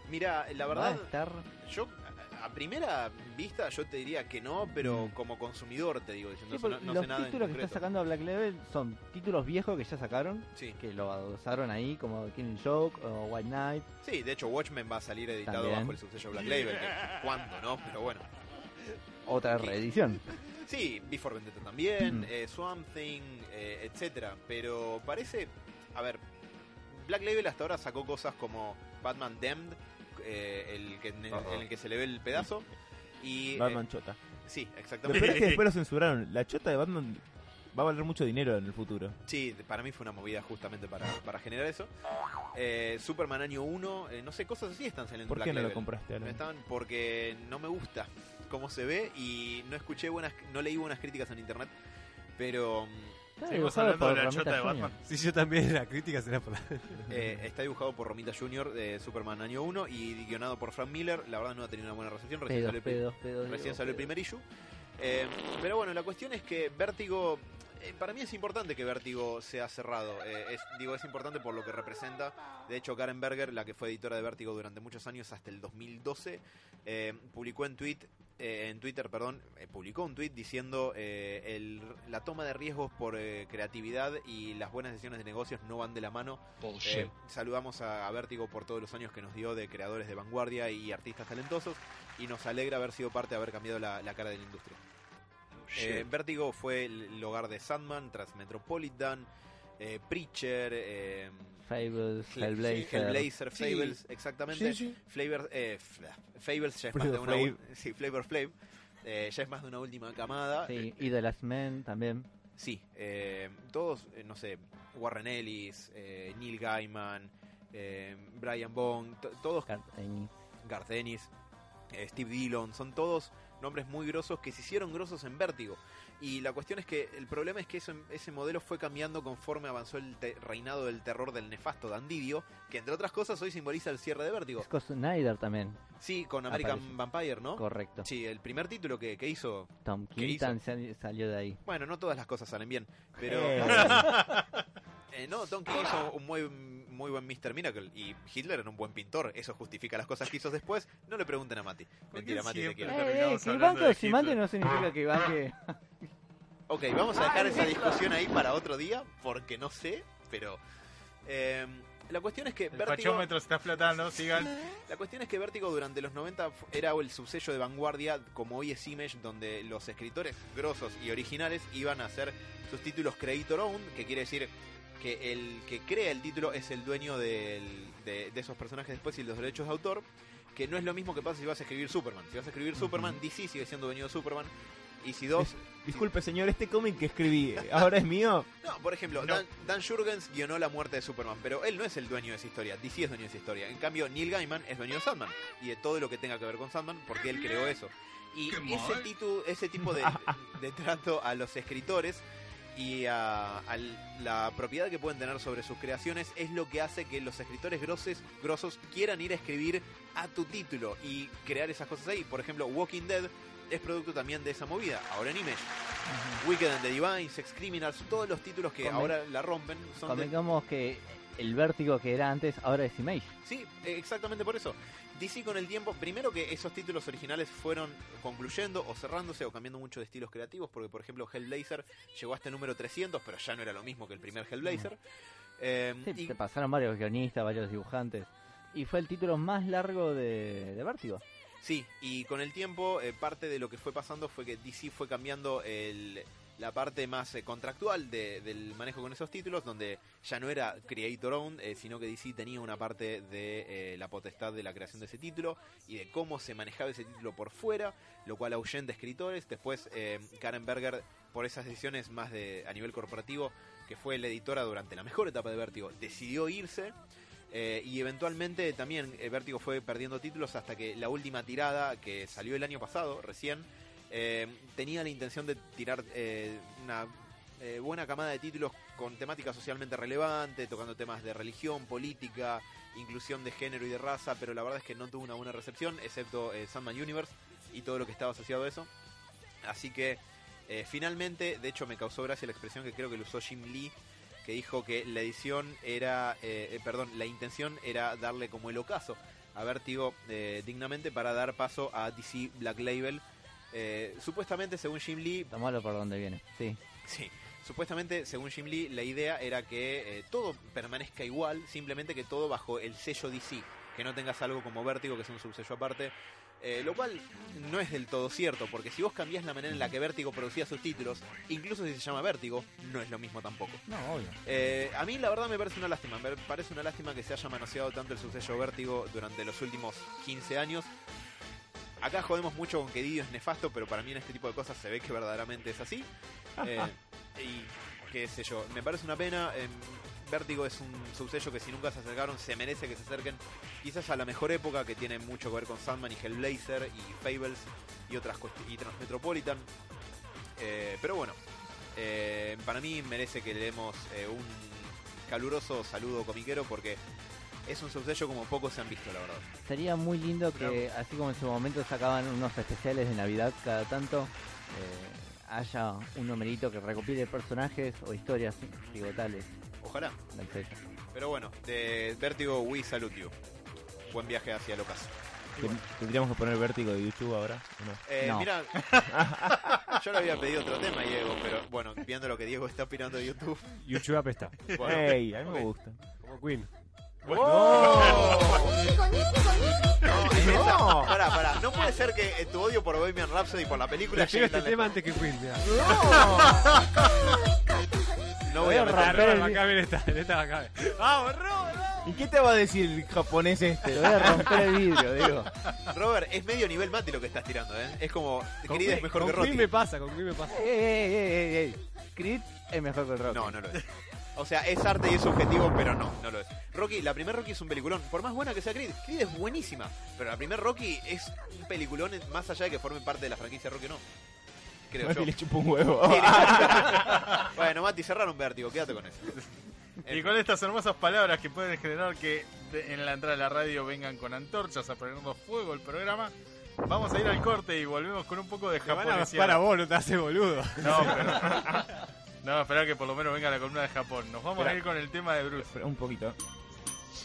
[SPEAKER 4] Mira, la
[SPEAKER 2] Va a
[SPEAKER 4] verdad,
[SPEAKER 2] estar...
[SPEAKER 4] yo a- a primera vista yo te diría que no, pero como consumidor te digo, diciendo
[SPEAKER 2] Mm. Sí,
[SPEAKER 4] eso, no,
[SPEAKER 2] porque
[SPEAKER 4] no sé
[SPEAKER 2] los
[SPEAKER 4] nada en
[SPEAKER 2] títulos que está
[SPEAKER 4] concreto.
[SPEAKER 2] sacando Black Level son títulos viejos que ya sacaron,
[SPEAKER 4] Sí.
[SPEAKER 2] que lo adosaron ahí, como Killing Joke o White Knight.
[SPEAKER 4] Sí, de hecho Watchmen va a salir editado
[SPEAKER 2] También.
[SPEAKER 4] bajo el subsello Black Label, que cuándo, ¿no? Pero bueno.
[SPEAKER 2] Otra
[SPEAKER 4] Sí.
[SPEAKER 2] reedición.
[SPEAKER 4] Sí, Before Vendetta también,
[SPEAKER 2] Mm.
[SPEAKER 4] eh, Swamp Thing, eh, etcétera. Pero parece, a ver, Black Label hasta ahora sacó cosas como Batman Damned, eh, el que, en, el, en el que se le ve el pedazo,
[SPEAKER 2] Mm.
[SPEAKER 4] y eh,
[SPEAKER 3] Batman Chota.
[SPEAKER 4] sí,
[SPEAKER 3] Lo peor es que
[SPEAKER 4] exactamente.
[SPEAKER 3] después lo censuraron. La chota de Batman va a valer mucho dinero en el futuro.
[SPEAKER 4] Sí, de- para mí fue una movida justamente para, para generar eso. Eh, Superman año 1, eh, no sé, cosas así están saliendo.
[SPEAKER 3] ¿Por
[SPEAKER 4] en
[SPEAKER 3] qué
[SPEAKER 4] Black
[SPEAKER 3] no lo
[SPEAKER 4] Label.
[SPEAKER 3] compraste,
[SPEAKER 4] No
[SPEAKER 3] Alan?
[SPEAKER 4] estaban porque no me gusta cómo se ve y no escuché buenas, no leí buenas críticas en internet, pero mm,
[SPEAKER 2] Está
[SPEAKER 1] Seguimos
[SPEAKER 2] dibujado
[SPEAKER 1] hablando de
[SPEAKER 2] por
[SPEAKER 1] la
[SPEAKER 2] Romita
[SPEAKER 1] chota de
[SPEAKER 2] Jr..
[SPEAKER 1] Batman.
[SPEAKER 5] Sí, yo también, la crítica será por la...
[SPEAKER 4] eh, está dibujado por Romita Jr. de Superman año 1 y guionado por Frank Miller. La verdad no ha tenido una buena recepción, recién
[SPEAKER 2] Pedos,
[SPEAKER 4] salió el pri-
[SPEAKER 2] pedos, pedos.
[SPEAKER 4] Recién
[SPEAKER 2] digo,
[SPEAKER 4] salió el
[SPEAKER 2] pedos.
[SPEAKER 4] primer issue. Eh, pero bueno, la cuestión es que Vértigo. eh, para mí es importante que Vértigo sea cerrado. Eh, es, digo, es importante por lo que representa. De hecho, Karen Berger, la que fue editora de Vértigo durante muchos años, hasta el 2012, eh, publicó en tweet. eh, en Twitter, perdón, eh, publicó un tweet diciendo eh, el- la toma de riesgos por eh, creatividad y las buenas decisiones de negocios no van de la mano. Eh, saludamos a, a Vértigo por todos los años que nos dio de creadores de vanguardia y artistas talentosos y nos alegra haber sido parte de haber cambiado la, la cara de la industria. Eh, Vértigo fue el, el hogar de Sandman, Transmetropolitan, eh, Preacher, eh,
[SPEAKER 2] Fables,
[SPEAKER 4] Fla-
[SPEAKER 2] Hellblazer.
[SPEAKER 4] Hellblazer,
[SPEAKER 8] Sí.
[SPEAKER 4] Fables, exactamente. Flavor, eh, Fla- Fables ya es más de una,
[SPEAKER 3] Flavor
[SPEAKER 4] u- sí, Flavor Flav, eh, ya es más de una última camada. Eh,
[SPEAKER 2] Sí, y The Last Man también.
[SPEAKER 4] Sí, eh, todos, eh, no sé, Warren Ellis, eh, Neil Gaiman, eh, Brian Bond, to- todos,
[SPEAKER 2] Garth Ennis.
[SPEAKER 4] Garth Ennis, eh, Steve Dillon, son todos nombres muy grosos que se hicieron grosos en Vértigo. Y la cuestión es que el problema es que eso- ese modelo fue cambiando conforme avanzó el te- reinado del terror del nefasto Dandidio, que entre otras cosas hoy simboliza el cierre de Vértigo.
[SPEAKER 2] Scott Snyder también,
[SPEAKER 4] Sí, con American
[SPEAKER 2] Aparece.
[SPEAKER 4] Vampire, Oh. ¿no?
[SPEAKER 2] correcto.
[SPEAKER 4] Sí, el primer título que, que hizo.
[SPEAKER 2] Tom
[SPEAKER 4] ¿Qué hizo?
[SPEAKER 2] Keaton sal- salió de ahí.
[SPEAKER 4] Bueno, no todas las cosas salen bien, pero... Eh, no, Donkey hizo un muy, muy buen Mr. Miracle y Hitler era un buen pintor. Eso justifica las cosas que hizo después. No le pregunten a Mati.
[SPEAKER 1] ¿Por qué
[SPEAKER 4] Mentira, Mati, te
[SPEAKER 1] siempre?
[SPEAKER 4] quiero.
[SPEAKER 1] Eh, terminamos
[SPEAKER 2] que
[SPEAKER 1] hablando de
[SPEAKER 2] banque o sin banque
[SPEAKER 1] Hitler.
[SPEAKER 2] no significa que banque.
[SPEAKER 4] Ok, vamos a dejar esa discusión ahí para otro día porque no sé, pero... eh, la cuestión es que
[SPEAKER 1] El
[SPEAKER 4] Vértigo,
[SPEAKER 1] fachómetro está flotando, sigan.
[SPEAKER 4] la cuestión es que Vértigo durante los 90 fu- era el subsello de vanguardia como hoy es Image donde los escritores grosos y originales iban a hacer sus títulos creator owned, que quiere decir que el que crea el título es el dueño del- de, de esos personajes después y los derechos de autor, que no es lo mismo que pasa si vas a escribir Superman. Si vas a escribir Superman, DC sigue siendo dueño de Superman y si dos
[SPEAKER 3] Disculpe, señor, este cómic que escribí, eh, ¿ahora es mío?
[SPEAKER 4] No, por ejemplo, Dan, Dan Jurgens guionó la muerte de Superman, pero él no es el dueño de esa historia, DC es dueño de esa historia. En cambio, Neil Gaiman es dueño de Sandman y de todo lo que tenga que ver con Sandman, porque él creó eso. Y
[SPEAKER 6] Qué
[SPEAKER 4] ese,
[SPEAKER 6] mal.
[SPEAKER 4] titu- ese tipo de, de trato a los escritores y a, a la propiedad que pueden tener sobre sus creaciones es lo que hace que los escritores groses, grosos quieran ir a escribir a tu título y crear esas cosas ahí. Por ejemplo, Walking Dead es producto también de esa movida, ahora en Image. Wicked and the Divine, Sex Criminals, todos los títulos que
[SPEAKER 2] Conven-
[SPEAKER 4] ahora la rompen son de...
[SPEAKER 2] Convengamos que el vértigo que era antes ahora es Image.
[SPEAKER 4] Sí, eh, exactamente por eso. DC con el tiempo, primero que esos títulos originales fueron concluyendo o cerrándose o cambiando mucho de estilos creativos, porque por ejemplo Hellblazer llegó hasta el número 300, pero ya no era lo mismo que el primer Hellblazer. Eh,
[SPEAKER 2] Sí,
[SPEAKER 4] y-
[SPEAKER 2] te pasaron varios guionistas, varios dibujantes. Y fue el título más largo de, de Vértigo.
[SPEAKER 4] Sí, y con el tiempo eh, parte de lo que fue pasando fue que DC fue cambiando el- la parte más eh, contractual de- del manejo con esos títulos, donde ya no era Creator Owned, eh, sino que DC tenía una parte de eh, la potestad de la creación de ese título y de cómo se manejaba ese título por fuera, lo cual ahuyenta escritores. Después eh, Karen Berger, por esas decisiones más de a nivel corporativo, que fue la editora durante la mejor etapa de Vértigo, decidió irse. Eh, y eventualmente también eh, Vértigo fue perdiendo títulos hasta que la última tirada que salió el año pasado, recién, eh, tenía la intención de tirar eh, una eh, buena camada de títulos con temática socialmente relevante, tocando temas de religión, política, inclusión de género y de raza, pero la verdad es que no tuvo una buena recepción, excepto eh, Sandman Universe y todo lo que estaba asociado a eso. Así que eh, finalmente, de hecho me causó gracia la expresión que creo que lo usó Jim Lee, que dijo que la edición era, eh, eh, perdón, la intención era darle como el ocaso a Vertigo dignamente para dar paso a DC Black Label. Eh, supuestamente, según Jim Lee,
[SPEAKER 2] Tomalo por donde viene. Sí.
[SPEAKER 4] Sí. Supuestamente, según Jim Lee, la idea era que eh, todo permanezca igual, simplemente que todo bajo el sello DC, que no tengas algo como Vértigo, que es un subsello aparte, eh, lo cual no es del todo cierto, porque si vos cambiás la manera en la que Vértigo producía sus títulos, incluso si se llama Vértigo, no es lo mismo tampoco.
[SPEAKER 2] No, obvio.
[SPEAKER 4] Eh, a mí la verdad me parece una lástima, me parece una lástima que se haya manoseado tanto el subsello Vértigo durante los últimos 15 años. Acá jodemos mucho con que Didio es nefasto, pero para mí en este tipo de cosas se ve que verdaderamente es así. Eh, y qué sé yo, me parece una pena. eh, Vértigo es un subsello que si nunca se acercaron se merece que se acerquen quizás a la mejor época que tiene mucho que ver con Sandman y Hellblazer y Fables y otras cuest- y Transmetropolitan. Eh, pero bueno, eh, para mí merece que le demos eh, un caluroso saludo comiquero porque es un subsello como pocos se han visto, la verdad.
[SPEAKER 2] Sería muy lindo que, así como en su momento sacaban unos especiales de Navidad cada tanto, eh, haya un numerito que recopile personajes o historias tributales.
[SPEAKER 4] Ojalá.
[SPEAKER 2] No sé.
[SPEAKER 4] Pero bueno, de Vértigo, we salute you. Buen viaje hacia el ocaso.
[SPEAKER 3] Tendríamos que poner vértigo de YouTube ahora. ¿o no?
[SPEAKER 4] Eh,
[SPEAKER 2] No.
[SPEAKER 4] Mira, yo le había pedido otro tema, Diego, pero bueno, viendo lo que Diego está opinando de YouTube.
[SPEAKER 5] YouTube apesta.
[SPEAKER 4] Bueno,
[SPEAKER 3] Ey, a mí me
[SPEAKER 4] ok.
[SPEAKER 3] gusta.
[SPEAKER 5] Como Queen. Oh,
[SPEAKER 4] No, en esta- pará, pará. No puede ser que eh, tu odio por Bohemian Rhapsody por la película
[SPEAKER 5] Prefiero
[SPEAKER 4] llegue
[SPEAKER 5] este
[SPEAKER 4] tan
[SPEAKER 5] tema antes que Queen. mirá.
[SPEAKER 4] lejos. No voy a meter-
[SPEAKER 5] Claro, la cabe en esta, en esta la cabe. ¡Vamos, Rob!
[SPEAKER 3] ¿Y qué te va a decir el japonés este?
[SPEAKER 2] Te voy a romper el vidrio, digo.
[SPEAKER 4] Robert, es medio nivel Mati lo que estás tirando, ¿eh? Es como, querida, es mejor
[SPEAKER 5] con
[SPEAKER 4] que Rotti.
[SPEAKER 5] Queen me pasa, con Queen me pasa.
[SPEAKER 2] Ey, ey, ey, ey, ey, ey. Creed es mejor que el rock.
[SPEAKER 4] No, no lo es. O sea, es arte y es subjetivo, pero no, no lo es. Rocky, la primer Rocky es un peliculón. Por más buena que sea Creed, Creed es buenísima. Pero la primer Rocky es un peliculón en- más allá de que forme parte de la franquicia Rocky, o no. Creo yo.
[SPEAKER 3] Mati le chupa un huevo.
[SPEAKER 4] Sí, le- bueno, Mati, cerraron Vértigo, quédate con eso.
[SPEAKER 1] Y con estas hermosas palabras que pueden generar que de- en la entrada de la radio vengan con antorchas a ponernos fuego el programa, vamos a ir al corte y volvemos con un poco de
[SPEAKER 5] Te van a
[SPEAKER 1] japonés.
[SPEAKER 5] para vos, no te haces boludo.
[SPEAKER 1] No, pero... No, esperá que por lo menos venga la columna de Japón. Nos vamos a
[SPEAKER 3] Esperá.
[SPEAKER 1] ir con el tema de Bruce.
[SPEAKER 3] Espera, Un poquito.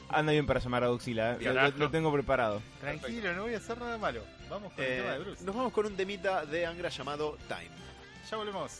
[SPEAKER 3] Ah, Anda bien para llamar a Godzilla, ¿eh? Lo- lo,
[SPEAKER 1] Carajo.
[SPEAKER 3] lo tengo preparado.
[SPEAKER 1] Tranquilo, no voy a hacer nada malo. Vamos con el tema de
[SPEAKER 4] Eh,
[SPEAKER 1] Bruce.
[SPEAKER 4] nos vamos con un temita de Angra llamado Time.
[SPEAKER 1] Ya volvemos.